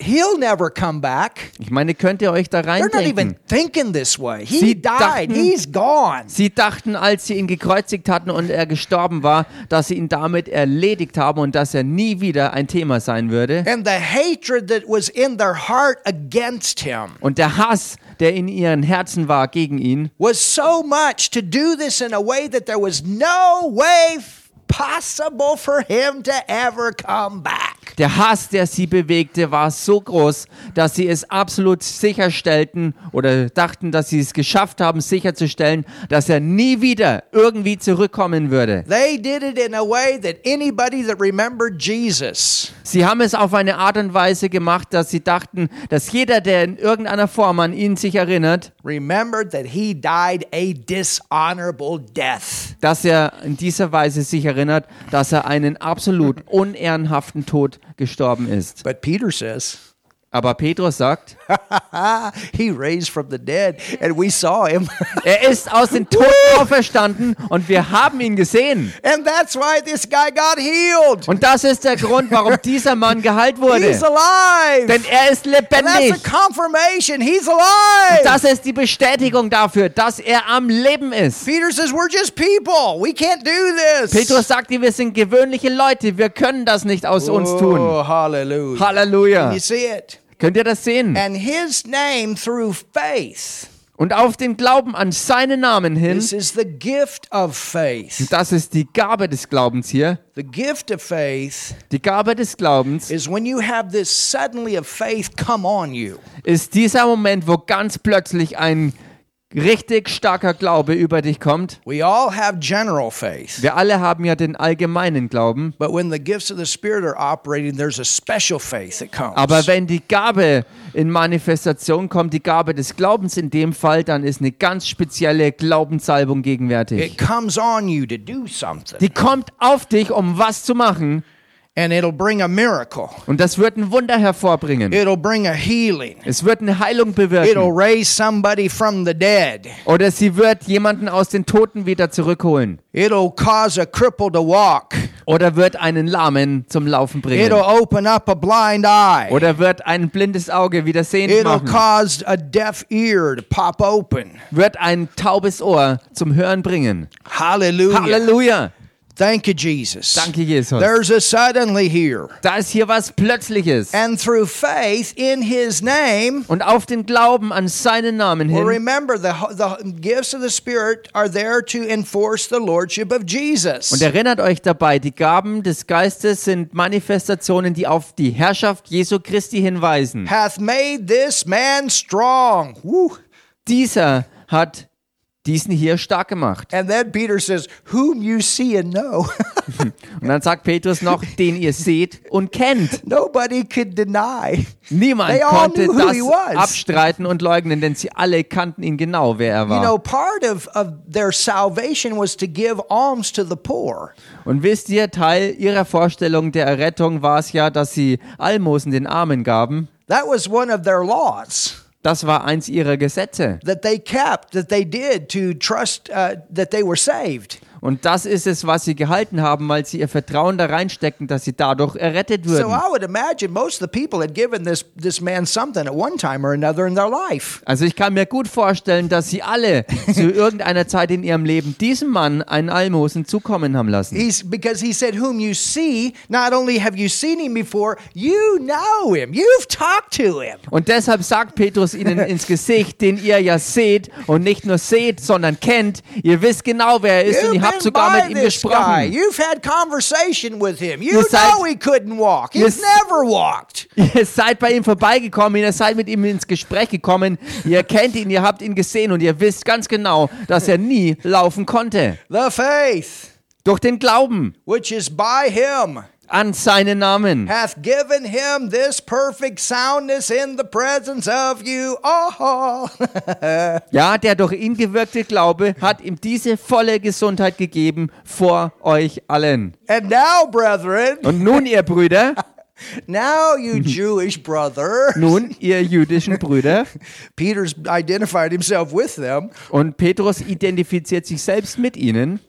[SPEAKER 1] he'll never come back.
[SPEAKER 2] Ich meine, könnt ihr euch da
[SPEAKER 1] They're not even
[SPEAKER 2] reindenken?
[SPEAKER 1] thinking this way. He
[SPEAKER 2] Sie
[SPEAKER 1] died.
[SPEAKER 2] dachten-
[SPEAKER 1] He's gone.
[SPEAKER 2] Sie dachten, als sie ihn gekreuzigt hatten und er gestorben war, dass sie ihn damit erledigt haben und dass er nie wieder ein Thema sein würde.
[SPEAKER 1] And the hatred that was in their heart against him
[SPEAKER 2] Und der Hass, der in ihren Herzen war gegen ihn,
[SPEAKER 1] was so much to do this in a way that there was no way f- possible for him to ever come back.
[SPEAKER 2] der Hass, der sie bewegte, war so groß, dass sie es absolut sicherstellten oder dachten, dass sie es geschafft haben, sicherzustellen, dass er nie wieder irgendwie zurückkommen würde.
[SPEAKER 1] They did it in a way that anybody that remembered Jesus
[SPEAKER 2] Sie haben es auf eine Art und Weise gemacht, dass sie dachten, dass jeder, der in irgendeiner Form an ihn sich erinnert,
[SPEAKER 1] remembered that he died a dishonorable death.
[SPEAKER 2] dass er in dieser Weise sich erinnert, dass er einen absolut unehrenhaften Tod gestorben ist.
[SPEAKER 1] But Peter says, "Ah,
[SPEAKER 2] Aber Petrus sagt,
[SPEAKER 1] he raised from the dead, and we saw him.
[SPEAKER 2] er ist aus den Toten auferstanden und wir haben ihn gesehen.
[SPEAKER 1] and that's why this guy got healed.
[SPEAKER 2] Und das ist der Grund, warum dieser Mann geheilt wurde.
[SPEAKER 1] He's alive.
[SPEAKER 2] Denn er ist
[SPEAKER 1] and that's
[SPEAKER 2] lebendig.
[SPEAKER 1] a confirmation. He's alive.
[SPEAKER 2] Das ist die Bestätigung dafür, dass er am Leben ist.
[SPEAKER 1] Peter says, We're just people. We can't do this.
[SPEAKER 2] Petrus sagt dir, wir sind gewöhnliche Leute, wir können das nicht aus uns tun.
[SPEAKER 1] Oh, hallelujah.
[SPEAKER 2] Halleluja.
[SPEAKER 1] You see it?
[SPEAKER 2] Könnt ihr das sehen?
[SPEAKER 1] And his name through faith.
[SPEAKER 2] Und auf den Glauben an seinen Namen hin,
[SPEAKER 1] This is the gift of faith.
[SPEAKER 2] das ist die Gabe des Glaubens hier,
[SPEAKER 1] The gift of faith
[SPEAKER 2] Die Gabe des Glaubens
[SPEAKER 1] is when you have this suddenly of faith come on you.
[SPEAKER 2] ist dieser Moment, wo ganz plötzlich ein richtig starker Glaube über dich kommt.
[SPEAKER 1] We all have general faith.
[SPEAKER 2] Wir alle haben ja den allgemeinen Glauben,
[SPEAKER 1] But when the gifts of the Spirit are operating, there's a special faith that comes.
[SPEAKER 2] aber wenn die Gabe in Manifestation kommt, die Gabe des Glaubens in dem Fall, dann ist eine ganz spezielle Glaubenssalbung
[SPEAKER 1] it
[SPEAKER 2] gegenwärtig.
[SPEAKER 1] comes on you to do something,
[SPEAKER 2] Die kommt auf dich, um was zu machen
[SPEAKER 1] and it'll bring a miracle.
[SPEAKER 2] und das wird ein Wunder hervorbringen.
[SPEAKER 1] It'll bring a healing.
[SPEAKER 2] Es wird eine Heilung
[SPEAKER 1] It'll
[SPEAKER 2] bewirken
[SPEAKER 1] raise somebody from the dead.
[SPEAKER 2] oder sie wird jemanden aus den Toten wieder zurückholen
[SPEAKER 1] It'll cause a cripple to walk.
[SPEAKER 2] oder wird einen Lahmen zum Laufen bringen.
[SPEAKER 1] It'll open up a blind eye.
[SPEAKER 2] Oder wird ein blindes Auge wieder sehend
[SPEAKER 1] It'll
[SPEAKER 2] machen?
[SPEAKER 1] cause a deaf ear to pop open.
[SPEAKER 2] Wird ein taubes Ohr zum Hören bringen?
[SPEAKER 1] Hallelujah.
[SPEAKER 2] Halleluja!
[SPEAKER 1] Thank you, Jesus.
[SPEAKER 2] Danke, Jesus.
[SPEAKER 1] There's a suddenly here.
[SPEAKER 2] Da ist hier was Plötzliches.
[SPEAKER 1] And through faith in his name,
[SPEAKER 2] Und auf den Glauben an seinen Namen
[SPEAKER 1] Well,
[SPEAKER 2] hin.
[SPEAKER 1] remember, the, the gifts of the Spirit are there to enforce the Lordship of Jesus.
[SPEAKER 2] Und erinnert euch dabei, die Gaben des Geistes sind Manifestationen, die auf die Herrschaft Jesu Christi hinweisen.
[SPEAKER 1] Hath made this man strong. Woo.
[SPEAKER 2] Dieser hat diesen hier stark gemacht.
[SPEAKER 1] And then Peter says, Whom you see and know,
[SPEAKER 2] Und dann sagt Petrus noch, den ihr seht und kennt.
[SPEAKER 1] nobody could deny.
[SPEAKER 2] Niemand
[SPEAKER 1] They all
[SPEAKER 2] konnte
[SPEAKER 1] knew who
[SPEAKER 2] das
[SPEAKER 1] he was.
[SPEAKER 2] abstreiten und leugnen, denn sie alle kannten ihn genau, wer er war.
[SPEAKER 1] You know, part of, of their salvation was to give alms to the poor.
[SPEAKER 2] Und wisst ihr, Teil ihrer Vorstellung der Errettung war es ja, dass sie Almosen den Armen gaben.
[SPEAKER 1] That was one of their laws
[SPEAKER 2] Das war eins ihrer Gesetze.
[SPEAKER 1] that they kept, that they did to trust uh, that they were saved.
[SPEAKER 2] Und das ist es, was sie gehalten haben, weil sie ihr Vertrauen da reinstecken, dass sie dadurch errettet
[SPEAKER 1] So
[SPEAKER 2] würden.
[SPEAKER 1] I would imagine most of the people had given this, this man something at one time or another in their life.
[SPEAKER 2] Also ich kann mir gut vorstellen, dass sie alle zu irgendeiner Zeit in ihrem Leben diesem Mann einen Almosen zukommen haben lassen.
[SPEAKER 1] He's because he said, Whom you see, not only have you seen him before, you know him. You've talked to him.
[SPEAKER 2] Und deshalb sagt Petrus ihnen ins Gesicht, den ihr ja seht und nicht nur seht, sondern kennt. Ihr wisst genau, wer er ist
[SPEAKER 1] You've
[SPEAKER 2] und ihr habt sogar mit ihm
[SPEAKER 1] guy.
[SPEAKER 2] gesprochen.
[SPEAKER 1] You've had conversation with him. You
[SPEAKER 2] Ihr seid-
[SPEAKER 1] know he couldn't walk.
[SPEAKER 2] Ihr
[SPEAKER 1] He's
[SPEAKER 2] s-
[SPEAKER 1] never walked.
[SPEAKER 2] Ihr seid bei ihm vorbeigekommen, ihr seid mit ihm ins Gespräch gekommen, ihr kennt ihn, ihr habt ihn gesehen und ihr wisst ganz genau, dass er nie laufen konnte.
[SPEAKER 1] The faith
[SPEAKER 2] Durch den Glauben
[SPEAKER 1] which is by him
[SPEAKER 2] an seinen Namen
[SPEAKER 1] hath given him this perfect soundness in the presence of you all.
[SPEAKER 2] Ja, der durch ihn gewirkte Glaube hat ihm diese volle Gesundheit gegeben vor euch allen.
[SPEAKER 1] and now, brethren,
[SPEAKER 2] Und nun, ihr Brüder,
[SPEAKER 1] Now, you Jewish brother.
[SPEAKER 2] Nun, ihr jüdischen Brüder,
[SPEAKER 1] Peter's identified himself with them.
[SPEAKER 2] und Petrus identifiziert sich selbst mit ihnen.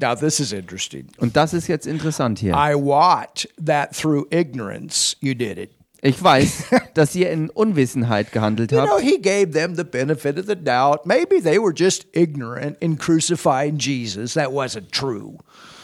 [SPEAKER 1] Now, this is interesting.
[SPEAKER 2] Und das ist jetzt interessant hier.
[SPEAKER 1] I wot that through ignorance you did it.
[SPEAKER 2] Ich weiß, dass ihr in Unwissenheit gehandelt
[SPEAKER 1] You know,
[SPEAKER 2] habt.
[SPEAKER 1] he gave them the benefit of the doubt. Maybe they were just ignorant in crucifying Jesus. That wasn't true.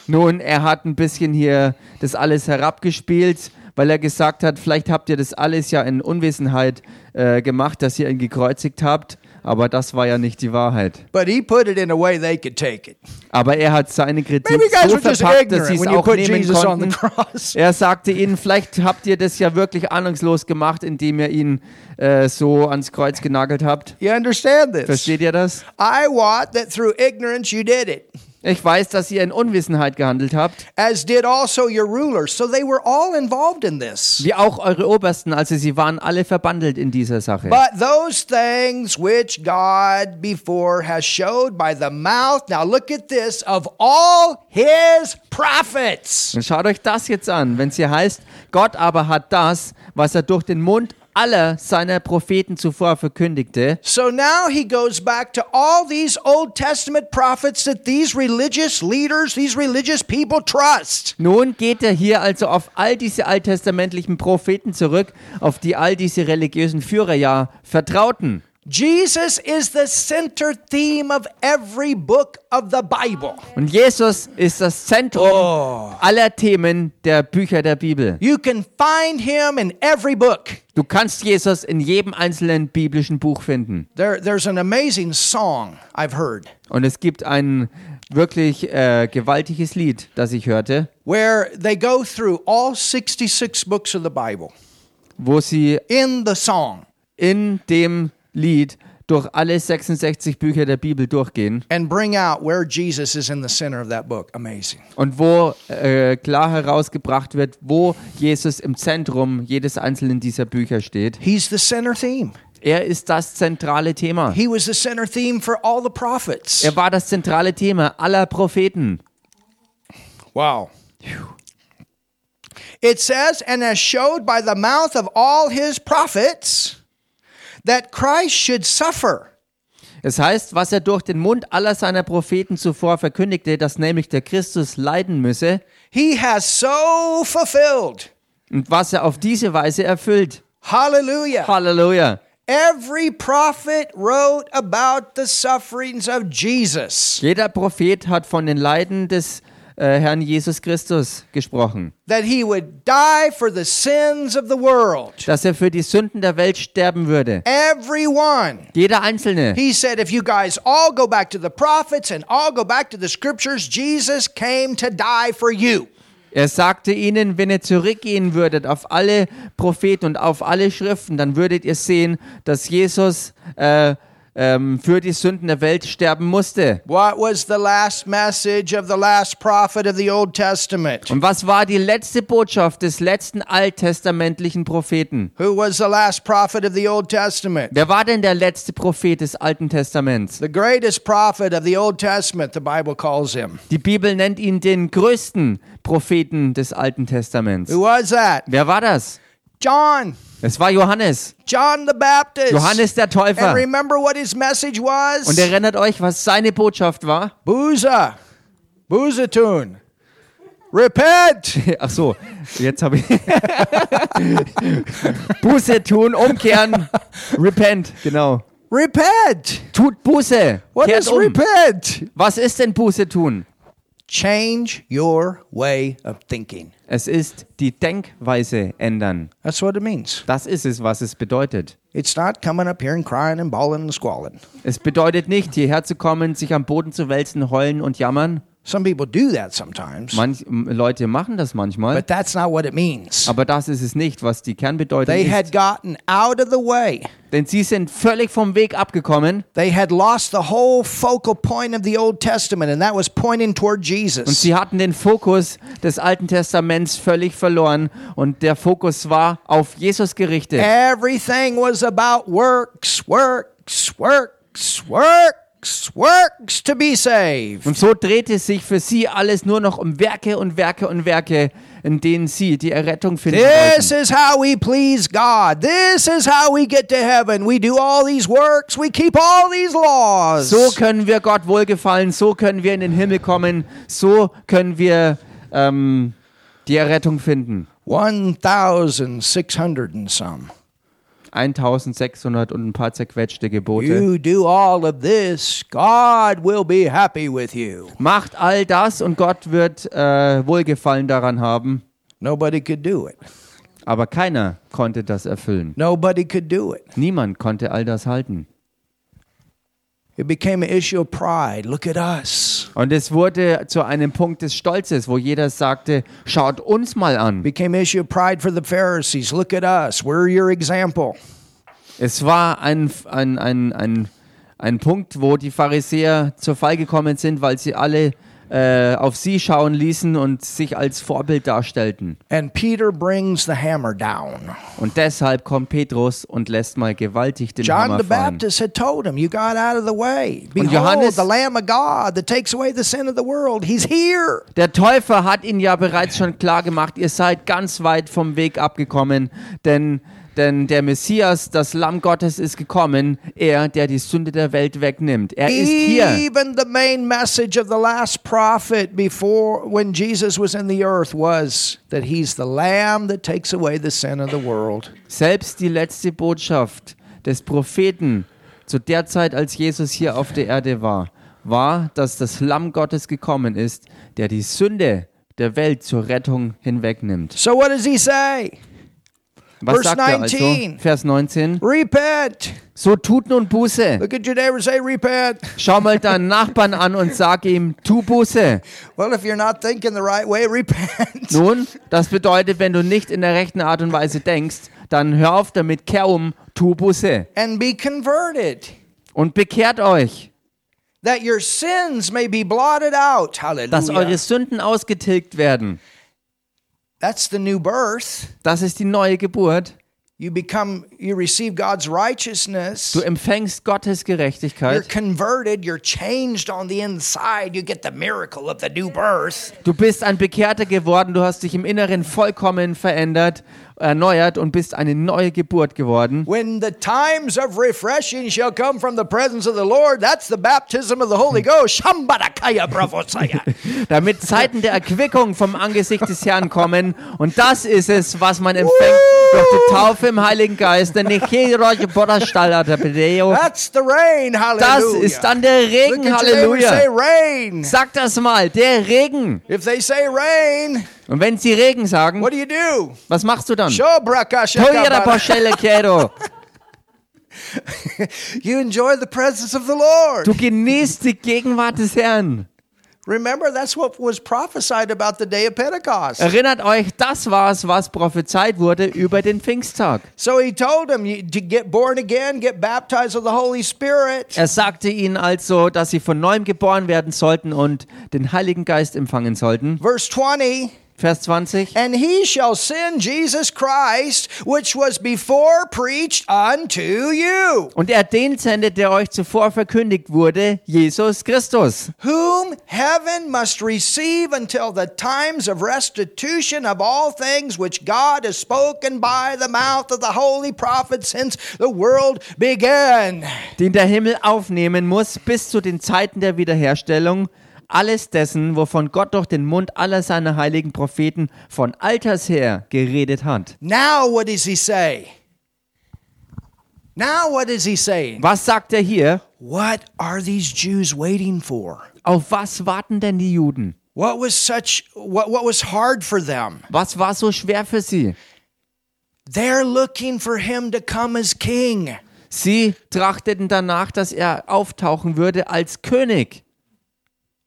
[SPEAKER 2] Nun, er hat ein bisschen hier das alles herabgespielt, weil er gesagt hat, vielleicht habt ihr das alles ja in Unwissenheit äh, gemacht, dass ihr ihn gekreuzigt habt. Aber das war ja nicht die Wahrheit.
[SPEAKER 1] But he put it in a way they could take it.
[SPEAKER 2] Aber er hat seine Kritik
[SPEAKER 1] Maybe you guys
[SPEAKER 2] so
[SPEAKER 1] were just
[SPEAKER 2] verpackt, dass sie
[SPEAKER 1] ignorant
[SPEAKER 2] es
[SPEAKER 1] when you
[SPEAKER 2] auch
[SPEAKER 1] put
[SPEAKER 2] nehmen
[SPEAKER 1] Jesus on the
[SPEAKER 2] konnten.
[SPEAKER 1] cross.
[SPEAKER 2] Er sagte ihnen, vielleicht habt ihr das ja wirklich ahnungslos gemacht, indem ihr ihn äh, so ans Kreuz genagelt habt.
[SPEAKER 1] You understand this?
[SPEAKER 2] Versteht ihr das?
[SPEAKER 1] I wot that through ignorance you did it,
[SPEAKER 2] Ich weiß, dass ihr in Unwissenheit gehandelt habt,
[SPEAKER 1] as did also your rulers. So they were all involved in this.
[SPEAKER 2] wie auch eure Obersten, also sie waren alle verbandelt in dieser Sache.
[SPEAKER 1] But those things which God before has showed by the mouth, now look at this, of all his prophets.
[SPEAKER 2] Dann schaut euch das jetzt an, wenn es hier heißt, Gott aber hat das, was er durch den Mund aller seiner Propheten zuvor verkündigte.
[SPEAKER 1] So now he goes back to all these Old Testament prophets that these religious leaders, these religious people trust.
[SPEAKER 2] Nun geht er hier also auf all diese alttestamentlichen Propheten zurück, auf die all diese religiösen Führer ja vertrauten.
[SPEAKER 1] Jesus is the center theme of every book of the Bible.
[SPEAKER 2] Und Jesus ist das Zentrum
[SPEAKER 1] Oh.
[SPEAKER 2] aller Themen der Bücher der Bibel.
[SPEAKER 1] You can find him in every book.
[SPEAKER 2] Du kannst Jesus in jedem einzelnen biblischen Buch finden.
[SPEAKER 1] There, there's an amazing song I've heard
[SPEAKER 2] Und es gibt ein wirklich äh, gewaltiges Lied, das ich hörte,
[SPEAKER 1] where they go through all 66 books of the Bible
[SPEAKER 2] wo sie
[SPEAKER 1] in the song
[SPEAKER 2] in dem Lied durch alle 66 Bücher der Bibel durchgehen
[SPEAKER 1] and bring out where Jesus is in the center of that book. Amazing.
[SPEAKER 2] und wo äh, klar herausgebracht wird, wo Jesus im Zentrum jedes einzelnen dieser Bücher steht.
[SPEAKER 1] He's the center theme.
[SPEAKER 2] Er ist das zentrale Thema.
[SPEAKER 1] He was the center theme for all the prophets.
[SPEAKER 2] Er war das zentrale Thema aller Propheten.
[SPEAKER 1] Wow. It says, and as showed by the mouth of all his prophets, that Christ should suffer.
[SPEAKER 2] Es heißt, was er durch den Mund aller seiner Propheten zuvor verkündigte, dass nämlich der Christus leiden müsse
[SPEAKER 1] He has so fulfilled.
[SPEAKER 2] und was er auf diese Weise erfüllt.
[SPEAKER 1] Hallelujah.
[SPEAKER 2] Halleluja.
[SPEAKER 1] Every prophet wrote about the sufferings of Jesus,
[SPEAKER 2] Jeder Prophet hat von den Leiden des äh, Herrn Jesus Christus gesprochen,
[SPEAKER 1] that he would die for the sins of the world.
[SPEAKER 2] dass er für die Sünden der Welt sterben würde.
[SPEAKER 1] Everyone.
[SPEAKER 2] Jeder Einzelne.
[SPEAKER 1] He said, if you guys all go back to the prophets and all go back to the scriptures, Jesus came to die for you.
[SPEAKER 2] Er sagte ihnen, wenn ihr zurückgehen würdet auf alle Propheten und auf alle Schriften, dann würdet ihr sehen, dass Jesus äh, ähm, für die Sünden der Welt sterben musste.
[SPEAKER 1] What was the last message of the last prophet of the Old Testament?
[SPEAKER 2] Und was war die letzte Botschaft des letzten alttestamentlichen Propheten?
[SPEAKER 1] Who was the last prophet of the Old Testament?
[SPEAKER 2] Wer war denn der letzte Prophet des Alten Testaments?
[SPEAKER 1] The greatest prophet of the Old Testament, the Bible calls him.
[SPEAKER 2] Die Bibel nennt ihn den größten Propheten des Alten Testaments.
[SPEAKER 1] Who was that?
[SPEAKER 2] Wer war das?
[SPEAKER 1] John.
[SPEAKER 2] Es war Johannes.
[SPEAKER 1] John the Baptist.
[SPEAKER 2] Johannes der
[SPEAKER 1] And
[SPEAKER 2] Täufer.
[SPEAKER 1] remember what his message was?
[SPEAKER 2] Und erinnert euch, was seine Botschaft war?
[SPEAKER 1] Buza. Buzatun. Repent.
[SPEAKER 2] Ach so, jetzt habe ich Buße tun, umkehren, repent, genau.
[SPEAKER 1] Repent.
[SPEAKER 2] Tut Buße.
[SPEAKER 1] What
[SPEAKER 2] kehrt
[SPEAKER 1] is
[SPEAKER 2] um.
[SPEAKER 1] repent?
[SPEAKER 2] Was ist denn Buße tun?
[SPEAKER 1] Change your way of thinking.
[SPEAKER 2] Es ist die Denkweise ändern.
[SPEAKER 1] That's what it means.
[SPEAKER 2] Das ist es, was es bedeutet.
[SPEAKER 1] It's not coming up here and crying and bawling and squalling.
[SPEAKER 2] Es bedeutet nicht, hierher zu kommen, sich am Boden zu wälzen, heulen und jammern.
[SPEAKER 1] Some people do that sometimes,
[SPEAKER 2] Manch, m- Leute machen das manchmal,
[SPEAKER 1] but that's not what it means.
[SPEAKER 2] aber das ist es nicht, was die Kernbedeutung
[SPEAKER 1] They
[SPEAKER 2] ist.
[SPEAKER 1] had gotten out of the way.
[SPEAKER 2] Denn sie sind völlig vom Weg abgekommen
[SPEAKER 1] They had lost the whole focal point of the Old Testament, and that was pointing toward
[SPEAKER 2] und
[SPEAKER 1] Jesus.
[SPEAKER 2] sie hatten den Fokus des Alten Testaments völlig verloren und der Fokus war auf Jesus gerichtet.
[SPEAKER 1] Everything was about works, works, works, works, works to be saved.
[SPEAKER 2] Und so drehte sich für sie alles nur noch um Werke und Werke und Werke, in denen sie die Errettung finden
[SPEAKER 1] This
[SPEAKER 2] wollten.
[SPEAKER 1] is how we please God. This is how we get to heaven. We do all these works, we keep all these laws.
[SPEAKER 2] So können wir Gott wohlgefallen, so können wir in den Himmel kommen, so können wir ähm, die Errettung finden.
[SPEAKER 1] 1,600 and some.
[SPEAKER 2] 1600 und ein paar zerquetschte Gebote.
[SPEAKER 1] You do all of this, God will be happy with you.
[SPEAKER 2] Macht all das und Gott wird äh, Wohlgefallen daran haben.
[SPEAKER 1] Nobody could do it.
[SPEAKER 2] Aber keiner konnte das erfüllen.
[SPEAKER 1] Nobody could do it.
[SPEAKER 2] Niemand konnte all das halten.
[SPEAKER 1] It became an issue of pride. Look at us.
[SPEAKER 2] Und es wurde zu einem Punkt des Stolzes, wo jeder sagte, schaut uns mal an.
[SPEAKER 1] Became an issue of pride for the Pharisees. Look at us. We're your example.
[SPEAKER 2] Es war ein, ein, ein, ein, ein Punkt, wo die Pharisäer zur Fall gekommen sind, weil sie alle äh, auf sie schauen ließen und sich als Vorbild darstellten.
[SPEAKER 1] And Peter brings the hammer down.
[SPEAKER 2] Und deshalb kommt Petrus und lässt mal gewaltig den
[SPEAKER 1] John
[SPEAKER 2] Hammer
[SPEAKER 1] the
[SPEAKER 2] fallen.
[SPEAKER 1] Baptist had told him, You got out of the way. Behold,
[SPEAKER 2] Johannes-
[SPEAKER 1] the Lamb of God that takes away the sin of the world. He's here.
[SPEAKER 2] Der Täufer hat ihn ja bereits schon klar gemacht, ihr seid ganz weit vom Weg abgekommen, denn, denn der Messias, das Lamm Gottes, ist gekommen, er, der die Sünde der Welt wegnimmt. Er ist hier.
[SPEAKER 1] Even the main message of the last prophet before when Jesus was in the earth was that he's the lamb that takes away the sin of the world.
[SPEAKER 2] Selbst die letzte Botschaft des Propheten zu der Zeit, als Jesus hier auf der Erde war, war, dass das Lamm Gottes gekommen ist, der die Sünde der Welt zur Rettung hinwegnimmt.
[SPEAKER 1] So what does he say?
[SPEAKER 2] Was
[SPEAKER 1] Verse
[SPEAKER 2] sagt er also?
[SPEAKER 1] 19.
[SPEAKER 2] Vers 19.
[SPEAKER 1] Repent.
[SPEAKER 2] So tut nun Buße.
[SPEAKER 1] Look at your neighbor and say repent.
[SPEAKER 2] Schau mal deinen Nachbarn an und sag ihm, tu Buße.
[SPEAKER 1] Well, if you're not thinking the right way, repent.
[SPEAKER 2] Nun, das bedeutet, wenn du nicht in der rechten Art und Weise denkst, dann hör auf damit, kehr um, tu Buße
[SPEAKER 1] And be converted.
[SPEAKER 2] und bekehrt euch,
[SPEAKER 1] That your sins may be blotted out.
[SPEAKER 2] dass eure
[SPEAKER 1] Hallelujah.
[SPEAKER 2] Sünden ausgetilgt werden.
[SPEAKER 1] That's the new birth.
[SPEAKER 2] Das ist die neue Geburt.
[SPEAKER 1] You become, you receive God's righteousness.
[SPEAKER 2] Du empfängst Gottes
[SPEAKER 1] You're
[SPEAKER 2] Gerechtigkeit.
[SPEAKER 1] converted, you're changed on the inside, you get the miracle of the new birth.
[SPEAKER 2] Du bist ein Bekehrter geworden. Du hast dich im Inneren vollkommen verändert, erneuert und bist eine neue Geburt geworden.
[SPEAKER 1] When the times of refreshing shall come from the presence of the Lord, that's the baptism of the Holy Ghost. Shambadakaya bravosaya.
[SPEAKER 2] damit Zeiten der Erquickung vom Angesicht des Herrn kommen. Und das ist es, was man empfängt
[SPEAKER 1] Woo!
[SPEAKER 2] durch die Taufe im Heiligen Geist. Denn ich hier euch Borderstaller, der Bedeo.
[SPEAKER 1] That's the rain,
[SPEAKER 2] Das
[SPEAKER 1] hallelujah.
[SPEAKER 2] ist dann der
[SPEAKER 1] Look
[SPEAKER 2] Regen,
[SPEAKER 1] at your neighbor and say
[SPEAKER 2] Halleluja.
[SPEAKER 1] rain.
[SPEAKER 2] Sag das mal, der Regen.
[SPEAKER 1] If they say rain,
[SPEAKER 2] Und wenn sie Regen sagen,
[SPEAKER 1] what do you do?
[SPEAKER 2] was machst du dann? Toyera
[SPEAKER 1] Shobrakashakabara.
[SPEAKER 2] Poschelle Kero.
[SPEAKER 1] You enjoy the presence of the Lord.
[SPEAKER 2] Du genießt die Gegenwart des Herrn.
[SPEAKER 1] Remember, that's what was prophesied about the day of Pentecost.
[SPEAKER 2] Erinnert euch, das war es, was prophezeit wurde über den Pfingsttag.
[SPEAKER 1] So he told him you- to get born again, get baptized with the Holy Spirit.
[SPEAKER 2] Er sagte ihnen also, dass sie von neuem geboren werden sollten und den Heiligen Geist empfangen sollten.
[SPEAKER 1] Verse 20,
[SPEAKER 2] Vers 20.
[SPEAKER 1] and he shall send Jesus Christ, which was before preached unto you,
[SPEAKER 2] Und er den sendet, der euch zuvor verkündigt wurde, Jesus Christus,
[SPEAKER 1] whom heaven must receive until the times of restitution of all things which God has spoken by the mouth of the holy prophets since the world began.
[SPEAKER 2] den der Himmel aufnehmen muss bis zu den Zeiten der Wiederherstellung alles dessen, wovon Gott durch den Mund aller seiner heiligen Propheten von alters her geredet hat.
[SPEAKER 1] Now, what does he say? Now, what is he saying?
[SPEAKER 2] Was sagt er hier?
[SPEAKER 1] What are these Jews waiting for?
[SPEAKER 2] Auf was warten denn die Juden?
[SPEAKER 1] What was such what what was hard for them?
[SPEAKER 2] Was war so schwer für sie?
[SPEAKER 1] They're looking for him to come as king.
[SPEAKER 2] Sie trachteten danach, dass er auftauchen würde als König.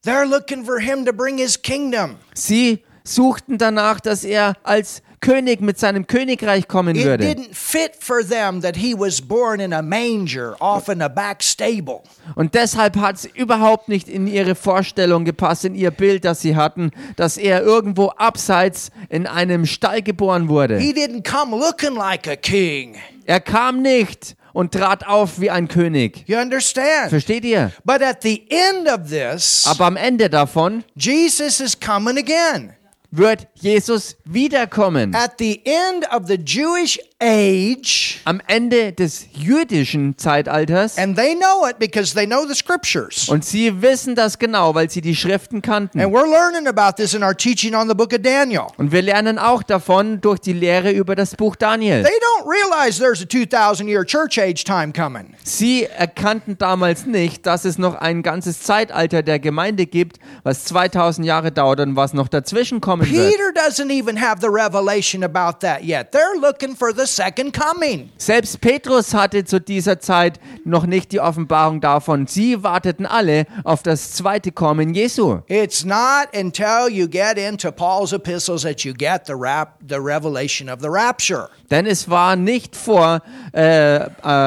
[SPEAKER 1] They're looking for him to bring his kingdom.
[SPEAKER 2] Sie suchten danach, dass er als König mit seinem Königreich kommen
[SPEAKER 1] It
[SPEAKER 2] würde.
[SPEAKER 1] didn't fit for them that he was born in a manger off in a back stable.
[SPEAKER 2] Und deshalb hat es überhaupt nicht in ihre Vorstellung gepasst, in ihr Bild, das sie hatten, dass er irgendwo abseits in einem Stall geboren wurde.
[SPEAKER 1] He didn't come looking like a king.
[SPEAKER 2] Er kam nicht und trat auf wie ein König.
[SPEAKER 1] You understand?
[SPEAKER 2] Versteht ihr?
[SPEAKER 1] But at the end of this,
[SPEAKER 2] Aber am Ende davon
[SPEAKER 1] Jesus is coming again.
[SPEAKER 2] wird Jesus wiederkommen.
[SPEAKER 1] At the end of the Jewish age,
[SPEAKER 2] Am Ende des jüdischen Zeitalters.
[SPEAKER 1] and they know it because they know the scriptures.
[SPEAKER 2] Und sie wissen das genau, weil sie die Schriften kannten.
[SPEAKER 1] And we're learning about this in our teaching on the book of Daniel.
[SPEAKER 2] Und wir lernen auch davon durch die Lehre über das Buch Daniel.
[SPEAKER 1] They don't realize there's a 2,000 year church age time coming.
[SPEAKER 2] Sie erkannten damals nicht, dass es noch ein ganzes Zeitalter der Gemeinde gibt, was 2000 Jahre dauert und was noch dazwischen kommen wird.
[SPEAKER 1] Peter doesn't even have the revelation about that yet. They're looking for the second coming.
[SPEAKER 2] Selbst Petrus hatte zu dieser Zeit noch nicht die Offenbarung davon. Sie warteten alle auf das zweite Kommen Jesu.
[SPEAKER 1] It's not until you get into Paul's epistles that you get the rap- the revelation of the rapture.
[SPEAKER 2] Denn es war nicht vor äh, äh,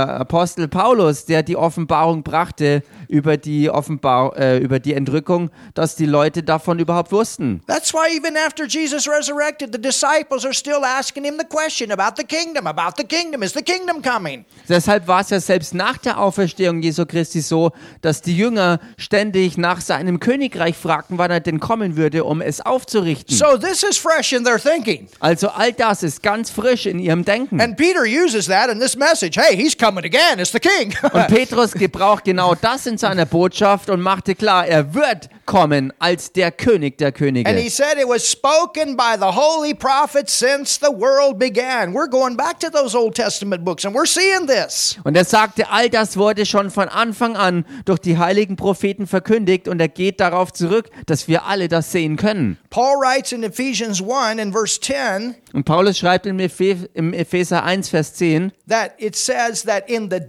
[SPEAKER 2] Apostel Paulus, der die Offenbarung brachte über die, Offenbar äh, über die Entrückung, dass die Leute davon überhaupt wussten.
[SPEAKER 1] That's why even after Jesus resurrected, the disciples are still asking him the question about the kingdom, about the kingdom. Is the kingdom coming?
[SPEAKER 2] Deshalb war es ja selbst nach der Auferstehung Jesu Christi so, dass die Jünger ständig nach seinem Königreich fragten, wann er denn kommen würde, um es aufzurichten.
[SPEAKER 1] So this is fresh in their thinking.
[SPEAKER 2] also all das ist ganz frisch in ihrem Denken.
[SPEAKER 1] And Peter uses that in this message. Hey, he's coming again. It's the king.
[SPEAKER 2] Und Petrus gebraucht genau das in seiner Botschaft und machte klar, er wird kommen als der König der Könige.
[SPEAKER 1] and he said it was spoken by the holy prophets since the world began. We're going back to those Old Testament books and we're seeing this.
[SPEAKER 2] Und er sagte, all das wurde schon von Anfang an durch die heiligen Propheten verkündigt und er geht darauf zurück, dass wir alle das sehen können.
[SPEAKER 1] Paul writes in Ephesians 1 and verse 10
[SPEAKER 2] Und Paulus schreibt im, Ephe im Epheser 1, Vers 10,
[SPEAKER 1] that it says that in the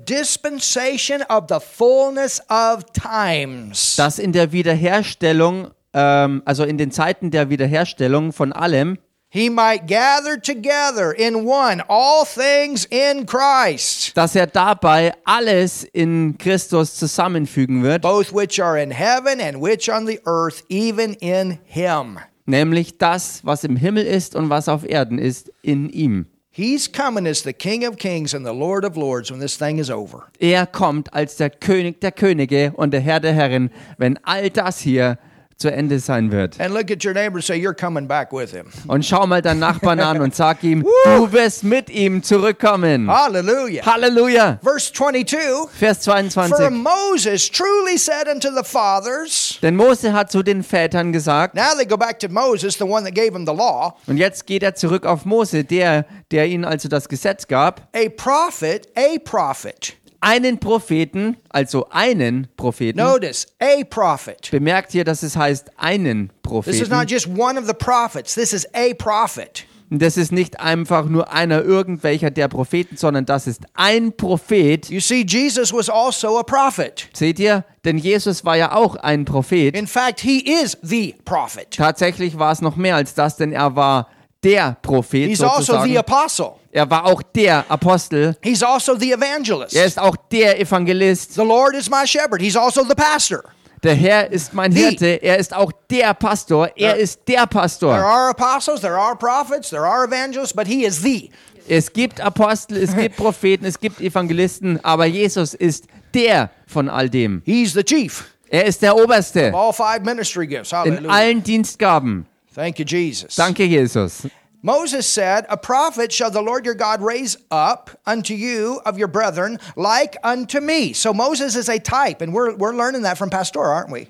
[SPEAKER 1] dispensation of the fullness of times.
[SPEAKER 2] dass in der Wiederherstellung, ähm, also in den Zeiten der Wiederherstellung von allem,
[SPEAKER 1] he might gather together in one all things in Christ,
[SPEAKER 2] dass er dabei alles in Christus zusammenfügen wird,
[SPEAKER 1] both which are in heaven and which on the earth, even in him.
[SPEAKER 2] nämlich das, was im Himmel ist und was auf Erden ist, in ihm.
[SPEAKER 1] He's coming as the King of Kings and the Lord of Lords when this thing is over.
[SPEAKER 2] Er kommt als der König der Könige und der Herr der Herren, wenn all das hier zu Ende sein wird.
[SPEAKER 1] And look at your neighbor and say, You're coming back with him.
[SPEAKER 2] Und schau mal deinen Nachbarn an und sag ihm, du wirst mit ihm zurückkommen.
[SPEAKER 1] Hallelujah.
[SPEAKER 2] Halleluja.
[SPEAKER 1] Verse 22
[SPEAKER 2] Vers
[SPEAKER 1] For
[SPEAKER 2] 22.
[SPEAKER 1] Moses truly said unto the fathers,
[SPEAKER 2] Denn Mose hat zu den Vätern gesagt,
[SPEAKER 1] now they go back to Moses, the one that gave him the law.
[SPEAKER 2] und jetzt geht er zurück auf Mose, der, der ihnen also das Gesetz gab,
[SPEAKER 1] A prophet, a prophet.
[SPEAKER 2] einen Propheten, also einen Propheten.
[SPEAKER 1] Notice, a prophet.
[SPEAKER 2] Bemerkt hier, dass es heißt einen
[SPEAKER 1] This is not
[SPEAKER 2] Propheten.
[SPEAKER 1] just one of the prophets. This is a prophet.
[SPEAKER 2] Und das ist nicht einfach nur einer irgendwelcher der Propheten, sondern das ist ein Prophet.
[SPEAKER 1] You see, Jesus was also a prophet.
[SPEAKER 2] Seht ihr? Denn Jesus war ja auch ein Prophet.
[SPEAKER 1] In fact, he is the prophet.
[SPEAKER 2] Tatsächlich war es noch mehr als das, denn er war der Prophet
[SPEAKER 1] He's also the
[SPEAKER 2] sozusagen.
[SPEAKER 1] apostle.
[SPEAKER 2] Er war auch der Apostel.
[SPEAKER 1] He's also the evangelist.
[SPEAKER 2] Er ist auch der Evangelist.
[SPEAKER 1] The Lord is my shepherd. He's also the pastor.
[SPEAKER 2] Der Herr ist mein
[SPEAKER 1] The.
[SPEAKER 2] Hirte. Er ist auch der Pastor. Er ist der
[SPEAKER 1] There
[SPEAKER 2] Pastor.
[SPEAKER 1] are apostles, there are prophets, there are evangelists, but he is the.
[SPEAKER 2] Es gibt Apostel, es gibt Propheten, es gibt Evangelisten, aber Jesus ist der von all dem.
[SPEAKER 1] He's the chief.
[SPEAKER 2] Er ist der Oberste
[SPEAKER 1] All five ministry gifts.
[SPEAKER 2] in
[SPEAKER 1] Hallelujah.
[SPEAKER 2] allen Dienstgaben.
[SPEAKER 1] Thank you, Jesus.
[SPEAKER 2] Danke, Jesus.
[SPEAKER 1] Moses said, A prophet shall the Lord your God raise up unto you of your brethren, like unto me. So Moses is a type, and we're, we're learning that from Pastor, aren't we?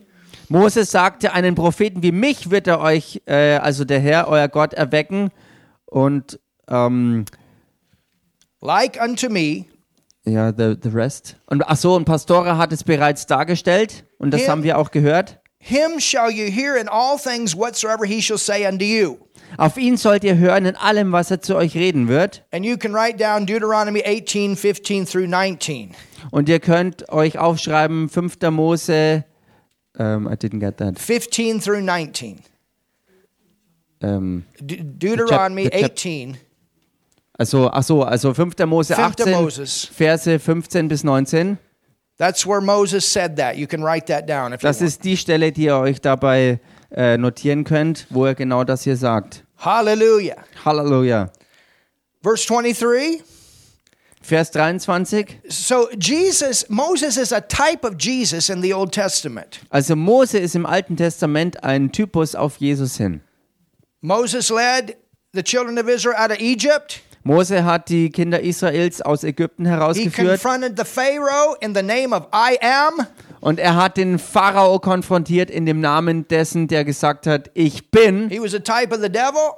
[SPEAKER 2] Moses sagte, einen Propheten wie mich wird er euch, äh, also der Herr, euer Gott, erwecken. Und, ähm,
[SPEAKER 1] Like unto me,
[SPEAKER 2] ja, the, the rest. Und, ach so, und Pastora hat es bereits dargestellt. Und das
[SPEAKER 1] Him.
[SPEAKER 2] haben wir auch gehört.
[SPEAKER 1] him shall you hear in all things whatsoever he shall say unto you.
[SPEAKER 2] Auf ihn sollt ihr hören in allem, was er zu euch reden wird.
[SPEAKER 1] And you can write down Deuteronomy 18, 15 through 19.
[SPEAKER 2] Und ihr könnt euch aufschreiben, 5. Mose, ähm, I didn't get that,
[SPEAKER 1] 15 through 19.
[SPEAKER 2] ähm,
[SPEAKER 1] De- Deuteronomy
[SPEAKER 2] the chap-
[SPEAKER 1] 18.
[SPEAKER 2] also, ach so, also 5. Mose
[SPEAKER 1] 5.
[SPEAKER 2] 18,
[SPEAKER 1] Moses.
[SPEAKER 2] Verse 15 bis 19.
[SPEAKER 1] That's where Moses said that. You can write that down if you
[SPEAKER 2] Das
[SPEAKER 1] want.
[SPEAKER 2] ist die Stelle, die ihr euch dabei äh, notieren könnt, wo er genau das hier sagt.
[SPEAKER 1] Hallelujah.
[SPEAKER 2] Halleluja.
[SPEAKER 1] Verse 23.
[SPEAKER 2] Vers 23.
[SPEAKER 1] So Jesus, Moses is a type of Jesus in the Old Testament.
[SPEAKER 2] Also Mose ist im Alten Testament ein Typus auf Jesus hin.
[SPEAKER 1] Moses led the children of Israel out of Egypt.
[SPEAKER 2] Mose hat die Kinder Israels aus Ägypten
[SPEAKER 1] He
[SPEAKER 2] herausgeführt
[SPEAKER 1] confronted the Pharaoh in the name of I am.
[SPEAKER 2] und er hat den Pharao konfrontiert in dem Namen dessen, der gesagt hat, ich bin.
[SPEAKER 1] He was a type of the devil,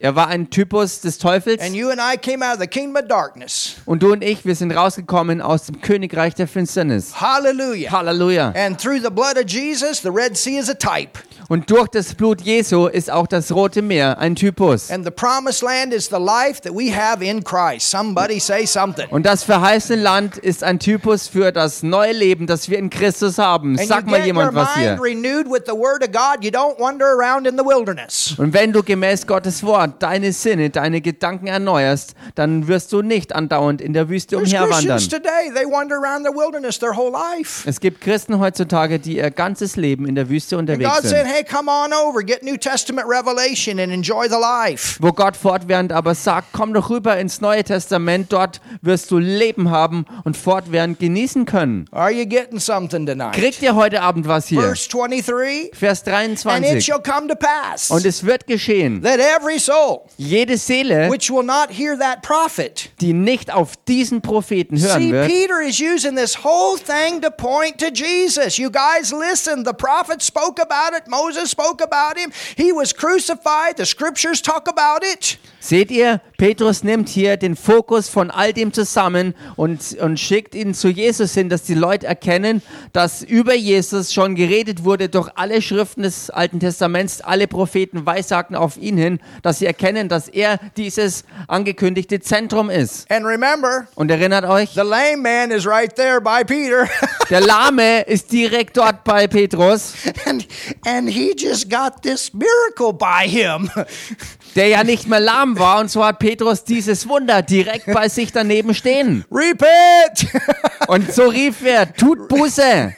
[SPEAKER 2] Er war ein Typus des
[SPEAKER 1] and
[SPEAKER 2] Teufels
[SPEAKER 1] you and I came out of the kingdom of darkness.
[SPEAKER 2] und du und ich, wir sind rausgekommen aus dem Königreich der Finsternis.
[SPEAKER 1] Hallelujah.
[SPEAKER 2] Halleluja.
[SPEAKER 1] And through the blood of Jesus, the Red Sea is a type.
[SPEAKER 2] Und durch das Blut Jesu ist auch das Rote Meer ein Typus.
[SPEAKER 1] And the promised land is the life that we have in Christ. Somebody say something.
[SPEAKER 2] Und das verheißene Land ist ein Typus für das neue Leben, das wir in Christus haben.
[SPEAKER 1] And
[SPEAKER 2] Sag
[SPEAKER 1] you
[SPEAKER 2] mal
[SPEAKER 1] get your
[SPEAKER 2] jemand was
[SPEAKER 1] mind
[SPEAKER 2] hier.
[SPEAKER 1] renewed with the Word of God. You don't wander around in the wilderness.
[SPEAKER 2] Und wenn du gemäß Gottes Wort deine Sinne, deine Gedanken erneuerst, dann wirst du nicht andauernd in der Wüste
[SPEAKER 1] There's
[SPEAKER 2] umherwandern.
[SPEAKER 1] Christians today, they wander around the wilderness their whole life.
[SPEAKER 2] Es gibt Christen heutzutage, die ihr ganzes Leben in der Wüste unterwegs
[SPEAKER 1] God said,
[SPEAKER 2] sind,
[SPEAKER 1] hey, come on over, get New Testament revelation and enjoy the life.
[SPEAKER 2] wo Gott fortwährend aber sagt, komm doch rüber ins Neue Testament, dort wirst du Leben haben und fortwährend genießen können.
[SPEAKER 1] Are you getting something tonight?
[SPEAKER 2] Kriegt ihr heute Abend was hier?
[SPEAKER 1] Verse 23
[SPEAKER 2] Vers
[SPEAKER 1] And it
[SPEAKER 2] 23.
[SPEAKER 1] shall come to pass
[SPEAKER 2] Und es wird geschehen,
[SPEAKER 1] that every soul
[SPEAKER 2] jede Seele,
[SPEAKER 1] which will not hear that prophet.
[SPEAKER 2] die nicht auf diesen Propheten hören
[SPEAKER 1] See,
[SPEAKER 2] wird,
[SPEAKER 1] Peter is using this whole thing to point to Jesus. You guys, listen, the prophet spoke about it, Moses spoke about him, he was crucified, the scriptures talk about it.
[SPEAKER 2] Seht ihr, Petrus nimmt hier den Fokus von all dem zusammen und, und schickt ihn zu Jesus hin, dass die Leute erkennen, dass über Jesus schon geredet wurde durch alle Schriften des Alten Testaments, alle Propheten weissagten auf ihn hin, dass sie erkennen, dass er dieses angekündigte Zentrum ist.
[SPEAKER 1] And remember,
[SPEAKER 2] Und erinnert euch,
[SPEAKER 1] the lame man is right there by Peter,
[SPEAKER 2] der Lahme ist direkt dort bei Petrus,
[SPEAKER 1] and, and he just got this miracle by him.
[SPEAKER 2] der ja nicht mehr lahm war, und so hat Petrus dieses Wunder direkt bei sich daneben stehen.
[SPEAKER 1] Repent!
[SPEAKER 2] Und so rief er, tut Buße.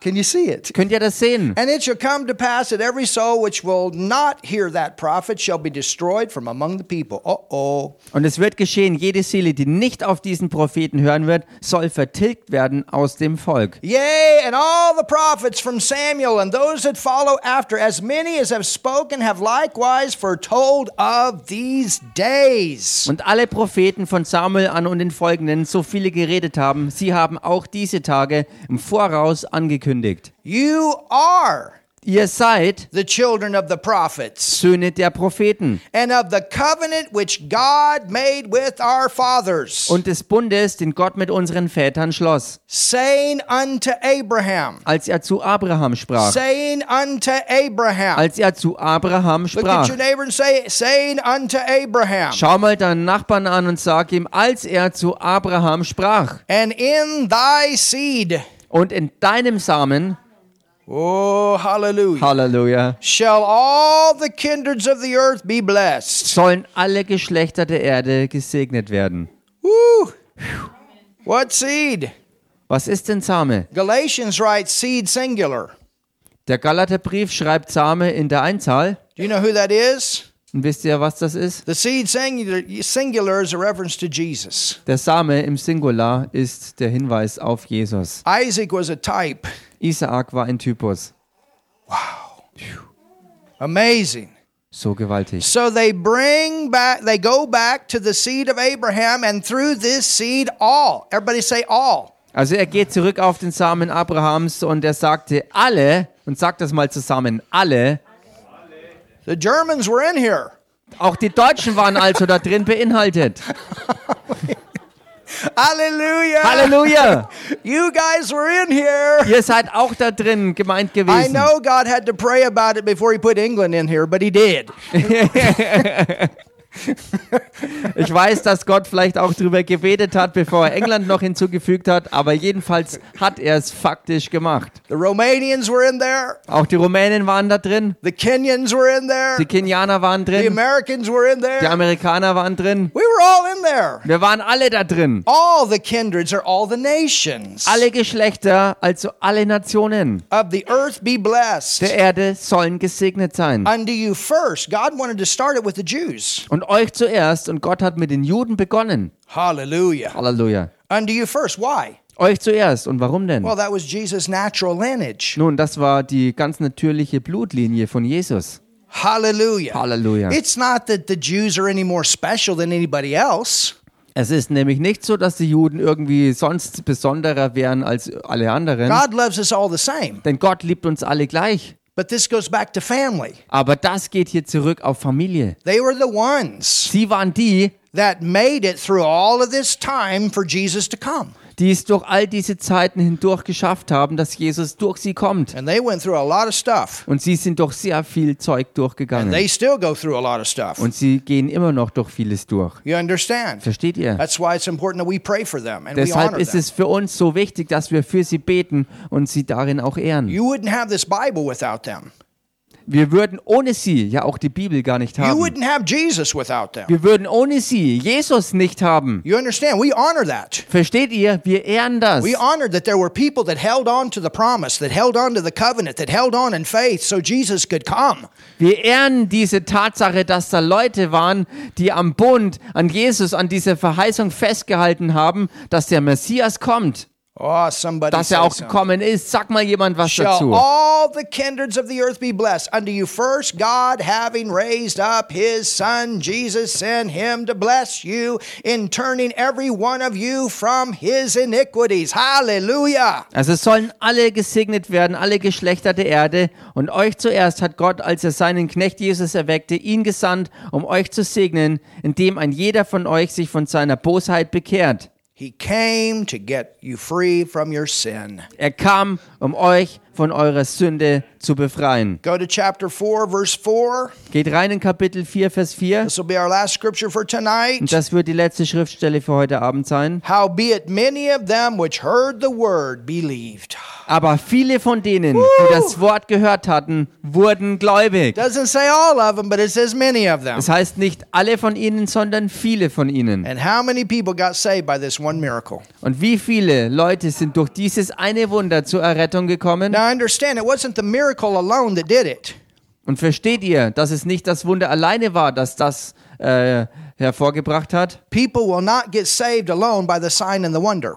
[SPEAKER 1] Can you see it?
[SPEAKER 2] Könnt ihr das sehen?
[SPEAKER 1] And it shall come to pass that every soul which will not hear that prophet shall be destroyed from among the people. Uh oh.
[SPEAKER 2] Und es wird geschehen, jede Seele, die nicht auf diesen Propheten hören wird, soll vertilgt werden aus dem Volk.
[SPEAKER 1] Yea, and all the prophets from Samuel and those that follow after, as many as have spoken, have likewise foretold of these days.
[SPEAKER 2] Und alle Propheten von Samuel an und den Folgenden, so viele geredet haben, sie haben auch diese Tage im Voraus angekündigt.
[SPEAKER 1] You are
[SPEAKER 2] Ihr seid
[SPEAKER 1] the children of the prophets
[SPEAKER 2] Söhne der Propheten
[SPEAKER 1] and of the covenant which God made with our fathers,
[SPEAKER 2] und des Bundes, den Gott mit unseren Vätern schloss,
[SPEAKER 1] saying unto Abraham,
[SPEAKER 2] als er zu Abraham sprach.
[SPEAKER 1] saying unto Abraham.
[SPEAKER 2] Als er zu Abraham
[SPEAKER 1] Look at
[SPEAKER 2] sprach.
[SPEAKER 1] your neighbor and say, saying unto Abraham,
[SPEAKER 2] Schau mal deinen Nachbarn an und sag ihm, als er zu Abraham sprach.
[SPEAKER 1] and in thy seed,
[SPEAKER 2] Und in deinem Samen,
[SPEAKER 1] oh, hallelujah.
[SPEAKER 2] Halleluja,
[SPEAKER 1] shall all the kindreds of the earth be blessed.
[SPEAKER 2] sollen alle Geschlechter der Erde gesegnet werden.
[SPEAKER 1] Woo! What seed?
[SPEAKER 2] Was ist denn Same?
[SPEAKER 1] Galatians writes seed singular.
[SPEAKER 2] Der Galaterbrief schreibt Same in der Einzahl.
[SPEAKER 1] Do you know who that is?
[SPEAKER 2] Und wisst ihr, was das ist?
[SPEAKER 1] The seed singular, singular is a reference to Jesus.
[SPEAKER 2] Der Same im Singular ist der Hinweis auf Jesus.
[SPEAKER 1] Isaac was a type.
[SPEAKER 2] Isaak war ein Typus.
[SPEAKER 1] Amazing.
[SPEAKER 2] So gewaltig.
[SPEAKER 1] So they bring back, they go back to the seed of Abraham, and through this seed, all. Everybody say all.
[SPEAKER 2] Also er geht zurück auf den Samen Abrahams und er sagte, alle, und sagt das mal zusammen, alle,
[SPEAKER 1] The Germans were in here.
[SPEAKER 2] auch die Deutschen waren also da drin beinhaltet.
[SPEAKER 1] Hallelujah.
[SPEAKER 2] Halleluja!
[SPEAKER 1] You guys were in here.
[SPEAKER 2] Ihr seid auch da drin gemeint
[SPEAKER 1] I
[SPEAKER 2] gewesen.
[SPEAKER 1] know God had to pray about it before He put England in here, but He did.
[SPEAKER 2] Ich weiß, dass Gott vielleicht auch drüber gebetet hat, bevor er England noch hinzugefügt hat, aber jedenfalls hat er es faktisch gemacht.
[SPEAKER 1] The Romanians were in there,
[SPEAKER 2] Auch die Rumänen waren da drin,
[SPEAKER 1] the Kenyans were in there,
[SPEAKER 2] die Kenianer waren
[SPEAKER 1] the
[SPEAKER 2] drin,
[SPEAKER 1] Americans were in
[SPEAKER 2] die
[SPEAKER 1] there.
[SPEAKER 2] Amerikaner waren drin.
[SPEAKER 1] We were all in there.
[SPEAKER 2] Wir waren alle da drin.
[SPEAKER 1] All the kindreds are all the nations
[SPEAKER 2] Alle Geschlechter, also alle Nationen
[SPEAKER 1] of the earth be
[SPEAKER 2] der
[SPEAKER 1] blessed.
[SPEAKER 2] Erde sollen gesegnet sein.
[SPEAKER 1] Unto you first. God wanted to start it with the Jews.
[SPEAKER 2] Und euch zuerst, und Gott hat mit den Juden begonnen.
[SPEAKER 1] Hallelujah.
[SPEAKER 2] Halleluja.
[SPEAKER 1] Unto you first. Why?
[SPEAKER 2] Euch zuerst. Und warum denn?
[SPEAKER 1] Well, that was Jesus' natural lineage.
[SPEAKER 2] Nun, das war die ganz natürliche Blutlinie von Jesus.
[SPEAKER 1] Hallelujah.
[SPEAKER 2] Halleluja.
[SPEAKER 1] It's not that the Jews are any more special than anybody else.
[SPEAKER 2] Es ist nämlich nicht so, dass die Juden irgendwie sonst besonderer wären als alle anderen,
[SPEAKER 1] God loves us all the same.
[SPEAKER 2] denn Gott liebt uns alle gleich.
[SPEAKER 1] But this goes back to family.
[SPEAKER 2] Aber das geht hier zurück auf Familie.
[SPEAKER 1] They were the ones
[SPEAKER 2] Sie waren die,
[SPEAKER 1] that made it through all of this time for Jesus to come.
[SPEAKER 2] die es durch all diese Zeiten hindurch geschafft haben, dass Jesus durch sie kommt.
[SPEAKER 1] And they went through a lot of stuff.
[SPEAKER 2] Und sie sind durch sehr viel Zeug durchgegangen.
[SPEAKER 1] They still go through a lot of stuff.
[SPEAKER 2] Und sie gehen immer noch durch vieles durch.
[SPEAKER 1] You understand?
[SPEAKER 2] Versteht ihr?
[SPEAKER 1] That's why it's important that we pray for them and we
[SPEAKER 2] Deshalb
[SPEAKER 1] honor
[SPEAKER 2] ist
[SPEAKER 1] them.
[SPEAKER 2] es für uns so wichtig, dass wir für sie beten und sie darin auch ehren.
[SPEAKER 1] You wouldn't have this Bible without them.
[SPEAKER 2] Wir würden ohne sie ja auch die Bibel gar nicht
[SPEAKER 1] You
[SPEAKER 2] haben.
[SPEAKER 1] wouldn't have Jesus without them.
[SPEAKER 2] Wir würden ohne sie Jesus nicht haben.
[SPEAKER 1] You understand? We honor that.
[SPEAKER 2] Versteht ihr? Wir ehren das.
[SPEAKER 1] We honor that there were people that held on to the promise, that held on to the covenant, that held on in faith so Jesus could come.
[SPEAKER 2] Wir ehren diese Tatsache, dass da Leute waren, die am Bund, an Jesus, an dieser Verheißung festgehalten haben, dass der Messias kommt,
[SPEAKER 1] Oh, somebody
[SPEAKER 2] dass er
[SPEAKER 1] say
[SPEAKER 2] auch
[SPEAKER 1] something.
[SPEAKER 2] gekommen ist. Sag mal jemand was
[SPEAKER 1] Shall
[SPEAKER 2] dazu.
[SPEAKER 1] all the kindreds of the earth be blessed? Unto you first, God, having raised up his son Jesus, sent him to bless you in turning every one of you from his iniquities. Hallelujah.
[SPEAKER 2] Also es sollen alle gesegnet werden, alle Geschlechter der Erde. Und euch zuerst hat Gott, als er seinen Knecht Jesus erweckte, ihn gesandt, um euch zu segnen, indem ein jeder von euch sich von seiner Bosheit bekehrt.
[SPEAKER 1] He came to get you free from your sin.
[SPEAKER 2] Er kam, um euch von eurer Sünde zu befreien.
[SPEAKER 1] Go to chapter 4, verse 4.
[SPEAKER 2] Geht rein in Kapitel 4, Vers 4.
[SPEAKER 1] This will be our last scripture for tonight.
[SPEAKER 2] Und das wird die letzte Schriftstelle für heute Abend sein.
[SPEAKER 1] Howbeit many of them which heard the word believed.
[SPEAKER 2] Aber viele von denen, die das Wort gehört hatten, wurden gläubig.
[SPEAKER 1] Doesn't say all of them, but it says many of them.
[SPEAKER 2] Das heißt nicht alle von ihnen, sondern viele von ihnen.
[SPEAKER 1] And how many people got saved by this one miracle?
[SPEAKER 2] Und wie viele Leute sind durch dieses eine Wunder zur Errettung gekommen?
[SPEAKER 1] Now understand, it wasn't the miracle alone that did it.
[SPEAKER 2] Und versteht ihr, dass es nicht das Wunder alleine war, das das äh, hervorgebracht hat?
[SPEAKER 1] People will not get saved alone by the sign and the wonder.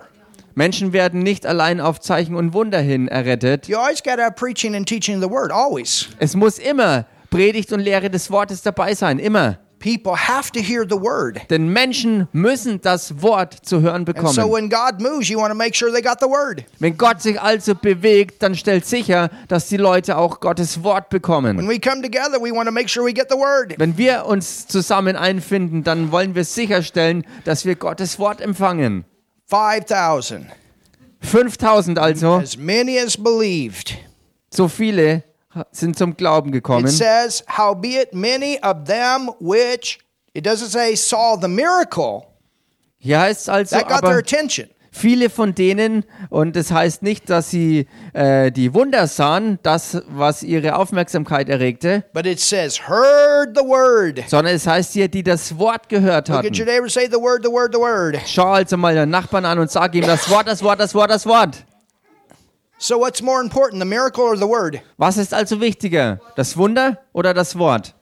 [SPEAKER 2] Menschen werden nicht allein auf Zeichen und Wunder hin errettet.
[SPEAKER 1] You always got to have preaching and teaching of the word, always.
[SPEAKER 2] Es muss immer Predigt und Lehre des Wortes dabei sein, immer.
[SPEAKER 1] People have to hear the word.
[SPEAKER 2] Denn Menschen müssen das Wort zu hören
[SPEAKER 1] And so
[SPEAKER 2] bekommen.
[SPEAKER 1] when God moves, you want to make sure they got the word.
[SPEAKER 2] Wenn Gott sich also bewegt, dann stellt sicher, dass die Leute auch Gottes Wort
[SPEAKER 1] When
[SPEAKER 2] bekommen.
[SPEAKER 1] we come together, we want to make sure we get the word.
[SPEAKER 2] Wenn wir uns zusammen einfinden, dann wollen wir sicherstellen, dass wir Gottes Wort empfangen.
[SPEAKER 1] 5,000.
[SPEAKER 2] 5000 also,
[SPEAKER 1] As many as believed.
[SPEAKER 2] so viele sind zum Glauben
[SPEAKER 1] It
[SPEAKER 2] gekommen.
[SPEAKER 1] says, Howbeit many of them which, it doesn't say saw the miracle,
[SPEAKER 2] Hier heißt es also,
[SPEAKER 1] that got their
[SPEAKER 2] aber
[SPEAKER 1] attention.
[SPEAKER 2] viele von denen, und das heißt nicht, dass sie äh, die Wunder sahen, das, was ihre Aufmerksamkeit erregte,
[SPEAKER 1] But it says, heard the word.
[SPEAKER 2] sondern es heißt hier, die das Wort gehört
[SPEAKER 1] Look at
[SPEAKER 2] hatten.
[SPEAKER 1] your neighbor and say the word, the word, the word.
[SPEAKER 2] Schau also mal deinen Nachbarn an und sag ihm das Wort, das Wort, das Wort, das Wort.
[SPEAKER 1] So what's more important, the miracle or the word?
[SPEAKER 2] Was ist also wichtiger, das Wunder oder das Wort?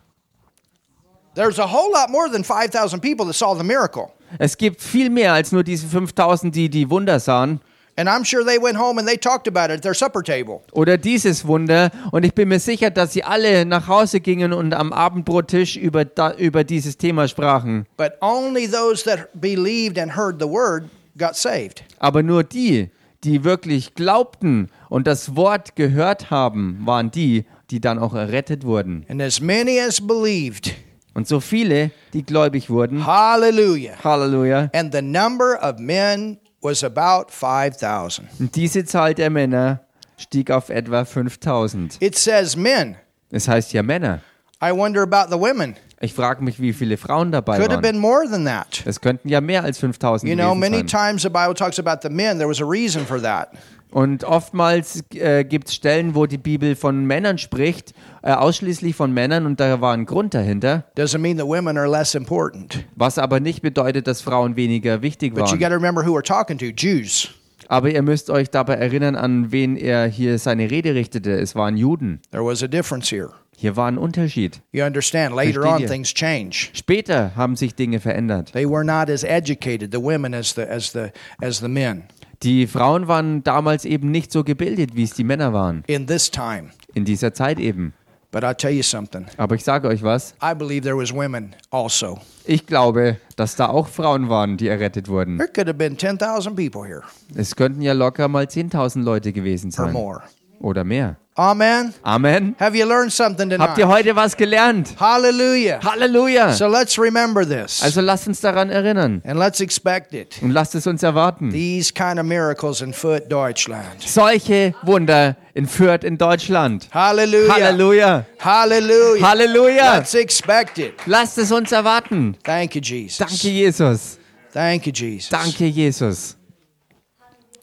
[SPEAKER 1] There's a whole lot more than 5,000 people that saw the miracle.
[SPEAKER 2] Es gibt viel mehr als nur diese 5000, die die Wunder sahen
[SPEAKER 1] And I'm sure they went home and they talked about it at their supper table.
[SPEAKER 2] oder dieses Wunder. Und ich bin mir sicher, dass sie alle nach Hause gingen und am Abendbrottisch über, da, über dieses Thema sprachen.
[SPEAKER 1] But only those that believed and heard the word got saved.
[SPEAKER 2] Aber nur die, die wirklich glaubten und das Wort gehört haben, waren die, die dann auch errettet wurden.
[SPEAKER 1] And as many as believed,
[SPEAKER 2] Und so viele, die gläubig wurden.
[SPEAKER 1] hallelujah.
[SPEAKER 2] Halleluja.
[SPEAKER 1] And the number of men was about 5,000.
[SPEAKER 2] Und diese Zahl der Männer stieg auf etwa 5000.
[SPEAKER 1] It says men.
[SPEAKER 2] Das heißt ja Männer.
[SPEAKER 1] I wonder about the women.
[SPEAKER 2] Ich frage mich, wie viele Frauen dabei
[SPEAKER 1] Could have
[SPEAKER 2] waren.
[SPEAKER 1] been more than that.
[SPEAKER 2] Es könnten ja mehr als 5000
[SPEAKER 1] You know, many
[SPEAKER 2] gewesen sein.
[SPEAKER 1] times the Bible talks about the men. There was a reason for that.
[SPEAKER 2] Und oftmals äh, gibt es Stellen, wo die Bibel von Männern spricht, äh, ausschließlich von Männern, und da war ein Grund dahinter,
[SPEAKER 1] Doesn't mean that women are less important.
[SPEAKER 2] was aber nicht bedeutet, dass Frauen weniger wichtig
[SPEAKER 1] But you
[SPEAKER 2] waren.
[SPEAKER 1] got to remember who we're talking to Jews.
[SPEAKER 2] Aber ihr müsst euch dabei erinnern, an wen er hier seine Rede richtete. Es waren Juden.
[SPEAKER 1] There was a difference here.
[SPEAKER 2] Hier war ein Unterschied.
[SPEAKER 1] You understand? Later on,
[SPEAKER 2] Verstehe.
[SPEAKER 1] things change.
[SPEAKER 2] Später haben sich Dinge verändert.
[SPEAKER 1] They were not as educated, the women, as the as the as the men
[SPEAKER 2] Die Frauen waren damals eben nicht so gebildet, wie es die Männer waren.
[SPEAKER 1] in this time.
[SPEAKER 2] In dieser Zeit eben.
[SPEAKER 1] But I'll tell you something.
[SPEAKER 2] Aber ich sage euch was,
[SPEAKER 1] I believe there was women also.
[SPEAKER 2] ich glaube, dass da auch Frauen waren, die errettet wurden.
[SPEAKER 1] There could have been 10,000 people here
[SPEAKER 2] Es könnten ja locker mal 10.000 Leute gewesen
[SPEAKER 1] or
[SPEAKER 2] sein.
[SPEAKER 1] more.
[SPEAKER 2] Oder mehr.
[SPEAKER 1] Amen.
[SPEAKER 2] Amen.
[SPEAKER 1] Have you learned something
[SPEAKER 2] Habt ihr
[SPEAKER 1] tonight?
[SPEAKER 2] heute was gelernt?
[SPEAKER 1] Hallelujah.
[SPEAKER 2] Halleluja.
[SPEAKER 1] So let's remember this
[SPEAKER 2] Also lasst uns daran erinnern
[SPEAKER 1] and let's expect it.
[SPEAKER 2] und lasst es uns erwarten.
[SPEAKER 1] These kind of miracles in Foot Deutschland.
[SPEAKER 2] Solche Wunder in Fürth in Deutschland.
[SPEAKER 1] Hallelujah.
[SPEAKER 2] Halleluja.
[SPEAKER 1] Hallelujah.
[SPEAKER 2] Halleluja.
[SPEAKER 1] Let's expect it.
[SPEAKER 2] Lasst es uns erwarten.
[SPEAKER 1] Thank you, Jesus.
[SPEAKER 2] Danke, Jesus.
[SPEAKER 1] Thank you, Jesus.
[SPEAKER 2] Danke, Jesus.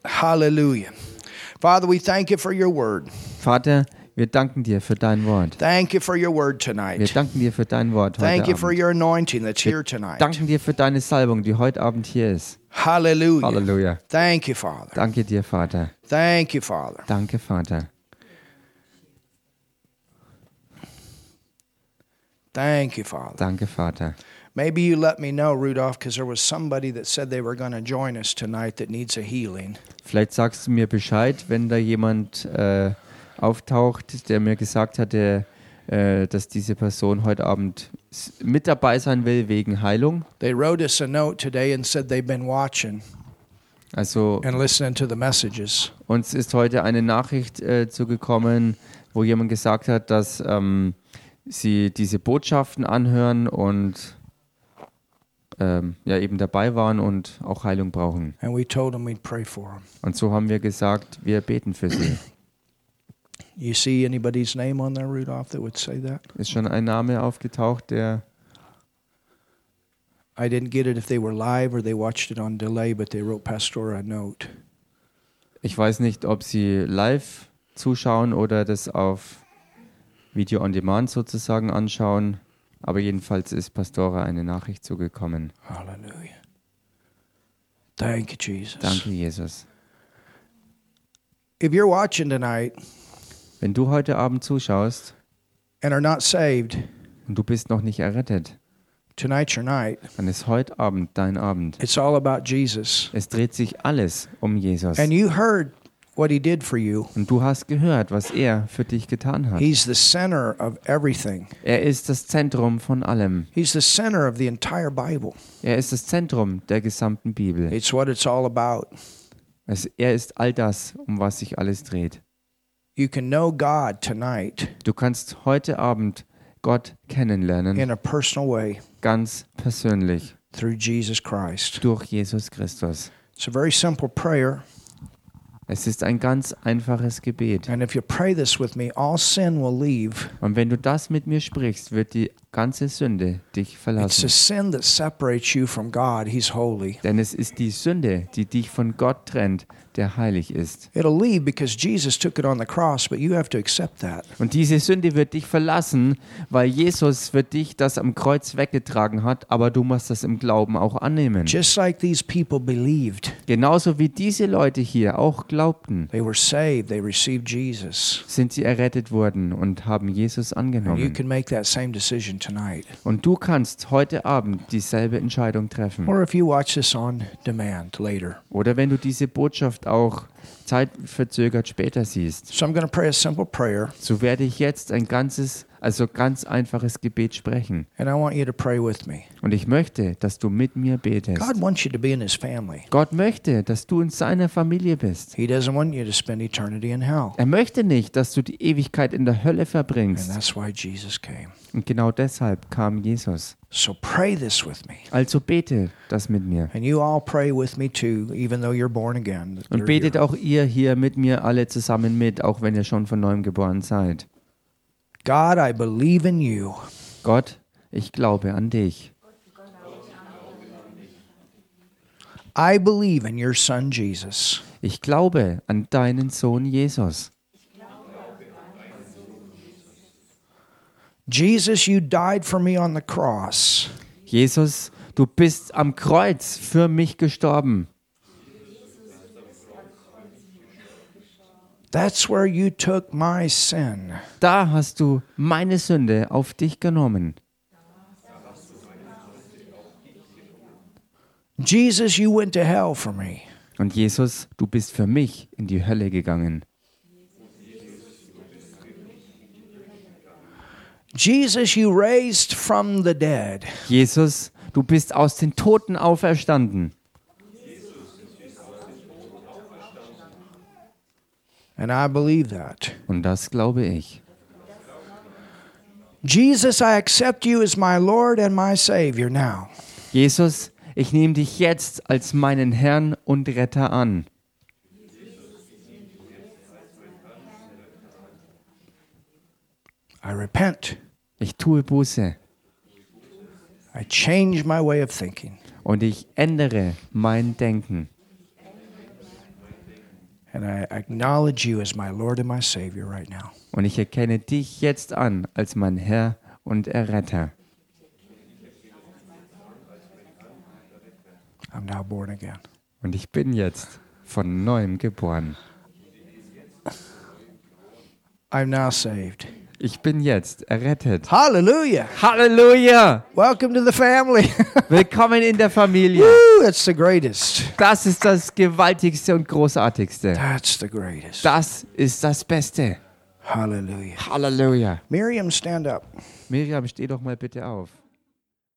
[SPEAKER 1] Hallelujah. Father, we thank you for your word.
[SPEAKER 2] Vater, wir danken dir für dein Wort.
[SPEAKER 1] Thank you for your word
[SPEAKER 2] Wir
[SPEAKER 1] tonight.
[SPEAKER 2] danken dir für dein Wort
[SPEAKER 1] Thank you
[SPEAKER 2] heute
[SPEAKER 1] for
[SPEAKER 2] Abend.
[SPEAKER 1] your anointing that's here tonight.
[SPEAKER 2] Danken dir für deine Salbung, die heute Abend hier ist.
[SPEAKER 1] Hallelujah.
[SPEAKER 2] Halleluja.
[SPEAKER 1] Thank you, Father.
[SPEAKER 2] Danke dir, Vater.
[SPEAKER 1] Thank you, Father.
[SPEAKER 2] Danke, Vater.
[SPEAKER 1] Thank you, Father.
[SPEAKER 2] Danke, Vater.
[SPEAKER 1] Maybe you let me know, Rudolph, because there was somebody that said they were going to join us tonight that needs a healing.
[SPEAKER 2] Vielleicht sagst du mir Bescheid, wenn da jemand äh, auftaucht, der mir gesagt hatte, äh, dass diese Person heute Abend s- mit dabei sein will wegen Heilung.
[SPEAKER 1] They wrote us a note today and said they've been watching
[SPEAKER 2] Also
[SPEAKER 1] and listening to the messages.
[SPEAKER 2] uns ist heute eine Nachricht äh, zugekommen, wo jemand gesagt hat, dass ähm, sie diese Botschaften anhören und ähm, ja eben dabei waren und auch Heilung brauchen.
[SPEAKER 1] And we told them we'd pray for them.
[SPEAKER 2] Und so haben wir gesagt, wir beten für sie.
[SPEAKER 1] You see anybody's name on there, Rudolph, that would say that?
[SPEAKER 2] Ist schon ein Name aufgetaucht, der
[SPEAKER 1] I didn't get it if they were live or they watched it on delay, but they wrote Pastor a note.
[SPEAKER 2] Ich weiß nicht, ob Sie live zuschauen oder das auf Video on Demand sozusagen anschauen. Aber jedenfalls ist Pastora eine Nachricht zugekommen.
[SPEAKER 1] Hallelujah. Thank you, Jesus.
[SPEAKER 2] Danke, Jesus.
[SPEAKER 1] If you're watching tonight
[SPEAKER 2] Wenn du heute Abend zuschaust
[SPEAKER 1] and are not saved,
[SPEAKER 2] und du bist noch nicht errettet,
[SPEAKER 1] tonight's your night.
[SPEAKER 2] dann ist heute Abend dein Abend.
[SPEAKER 1] It's all about Jesus.
[SPEAKER 2] Es dreht sich alles um Jesus.
[SPEAKER 1] And you heard what he did for you.
[SPEAKER 2] Und du hast gehört, was er für dich getan hat.
[SPEAKER 1] He's the center of everything.
[SPEAKER 2] Er ist das Zentrum von allem.
[SPEAKER 1] He's the center of the entire Bible.
[SPEAKER 2] Er ist das Zentrum der gesamten Bibel.
[SPEAKER 1] It's what it's all about.
[SPEAKER 2] Es, er ist all das, um was sich alles dreht.
[SPEAKER 1] You can know God tonight
[SPEAKER 2] Du kannst heute Abend Gott kennenlernen,
[SPEAKER 1] in a personal way
[SPEAKER 2] ganz persönlich
[SPEAKER 1] through Jesus Christ.
[SPEAKER 2] durch Jesus Christus.
[SPEAKER 1] It's a very simple prayer.
[SPEAKER 2] Es ist ein ganz einfaches Gebet.
[SPEAKER 1] And if you pray this with me, all sin will leave.
[SPEAKER 2] Und wenn du das mit mir sprichst, wird die ganze Sünde dich
[SPEAKER 1] It's a
[SPEAKER 2] verlassen.
[SPEAKER 1] sin that separates you from God. He's holy.
[SPEAKER 2] Denn es ist die Sünde, die dich von Gott trennt, der heilig ist.
[SPEAKER 1] It'll leave because Jesus took it on the cross, but you have to accept that.
[SPEAKER 2] Und diese Sünde wird dich verlassen, weil Jesus für dich das am Kreuz weggetragen hat, aber du musst das im Glauben auch annehmen.
[SPEAKER 1] Just like these people believed,
[SPEAKER 2] Genauso wie diese Leute hier auch glaubten,
[SPEAKER 1] they were saved, they received Jesus.
[SPEAKER 2] sind sie errettet worden und haben Jesus
[SPEAKER 1] And you
[SPEAKER 2] angenommen.
[SPEAKER 1] can make that same decision tonight.
[SPEAKER 2] Und du kannst heute Abend dieselbe Entscheidung treffen.
[SPEAKER 1] Or if you watch this on demand later.
[SPEAKER 2] Oder wenn du diese Botschaft auch zeitverzögert später siehst,
[SPEAKER 1] So I'm going to pray a simple prayer,
[SPEAKER 2] so werde ich jetzt ein ganzes, also ganz einfaches Gebet sprechen.
[SPEAKER 1] and I want you to pray with me.
[SPEAKER 2] Und ich möchte, dass du mit mir betest.
[SPEAKER 1] God wants you to be in His family,
[SPEAKER 2] Gott möchte, dass du in seiner Familie bist.
[SPEAKER 1] He doesn't want you to spend eternity in hell.
[SPEAKER 2] Er möchte nicht, dass du die Ewigkeit in der Hölle
[SPEAKER 1] And
[SPEAKER 2] verbringst.
[SPEAKER 1] that's why Jesus came.
[SPEAKER 2] Und genau deshalb kam Jesus.
[SPEAKER 1] So pray this with me.
[SPEAKER 2] Also bete das mit mir.
[SPEAKER 1] And you all pray with me too, even though you're born again. that
[SPEAKER 2] Und
[SPEAKER 1] you're
[SPEAKER 2] betet
[SPEAKER 1] here.
[SPEAKER 2] auch ihr hier mit mir alle zusammen mit, auch wenn ihr schon von neuem geboren seid.
[SPEAKER 1] God, I believe in you.
[SPEAKER 2] Gott, ich glaube an dich.
[SPEAKER 1] I believe in your son Jesus.
[SPEAKER 2] Ich glaube an deinen Sohn Jesus.
[SPEAKER 1] Jesus, you died for me on the cross.
[SPEAKER 2] Jesus, du bist am Kreuz für mich gestorben.
[SPEAKER 1] That's where you took my sin.
[SPEAKER 2] Da hast du meine Sünde auf dich genommen.
[SPEAKER 1] Jesus, you went to hell for me.
[SPEAKER 2] Und Jesus, du bist für mich in die Hölle gegangen.
[SPEAKER 1] Jesus, you raised from the dead.
[SPEAKER 2] Jesus, du bist aus den Toten auferstanden.
[SPEAKER 1] And I believe that.
[SPEAKER 2] Und das glaube ich.
[SPEAKER 1] Jesus, I accept you as my Lord and my Savior now.
[SPEAKER 2] Jesus, ich nehme dich jetzt als meinen Herrn und Retter an.
[SPEAKER 1] I repent.
[SPEAKER 2] Ich tue Buße
[SPEAKER 1] I change my way of thinking.
[SPEAKER 2] und ich ändere mein Denken.
[SPEAKER 1] And I acknowledge you as my Lord and my Savior right now.
[SPEAKER 2] Und ich erkenne dich jetzt an als mein Herr und Erretter.
[SPEAKER 1] I'm now born again.
[SPEAKER 2] Und ich bin jetzt von neuem geboren.
[SPEAKER 1] I'm now saved.
[SPEAKER 2] Ich bin jetzt errettet.
[SPEAKER 1] Hallelujah.
[SPEAKER 2] Halleluja!
[SPEAKER 1] Welcome to the family.
[SPEAKER 2] Willkommen in der Familie.
[SPEAKER 1] Woo, that's the greatest.
[SPEAKER 2] Das ist das Gewaltigste und Großartigste.
[SPEAKER 1] That's the greatest.
[SPEAKER 2] Das ist das Beste.
[SPEAKER 1] Hallelujah.
[SPEAKER 2] Halleluja.
[SPEAKER 1] Miriam, stand up.
[SPEAKER 2] Miriam, steh doch mal bitte auf.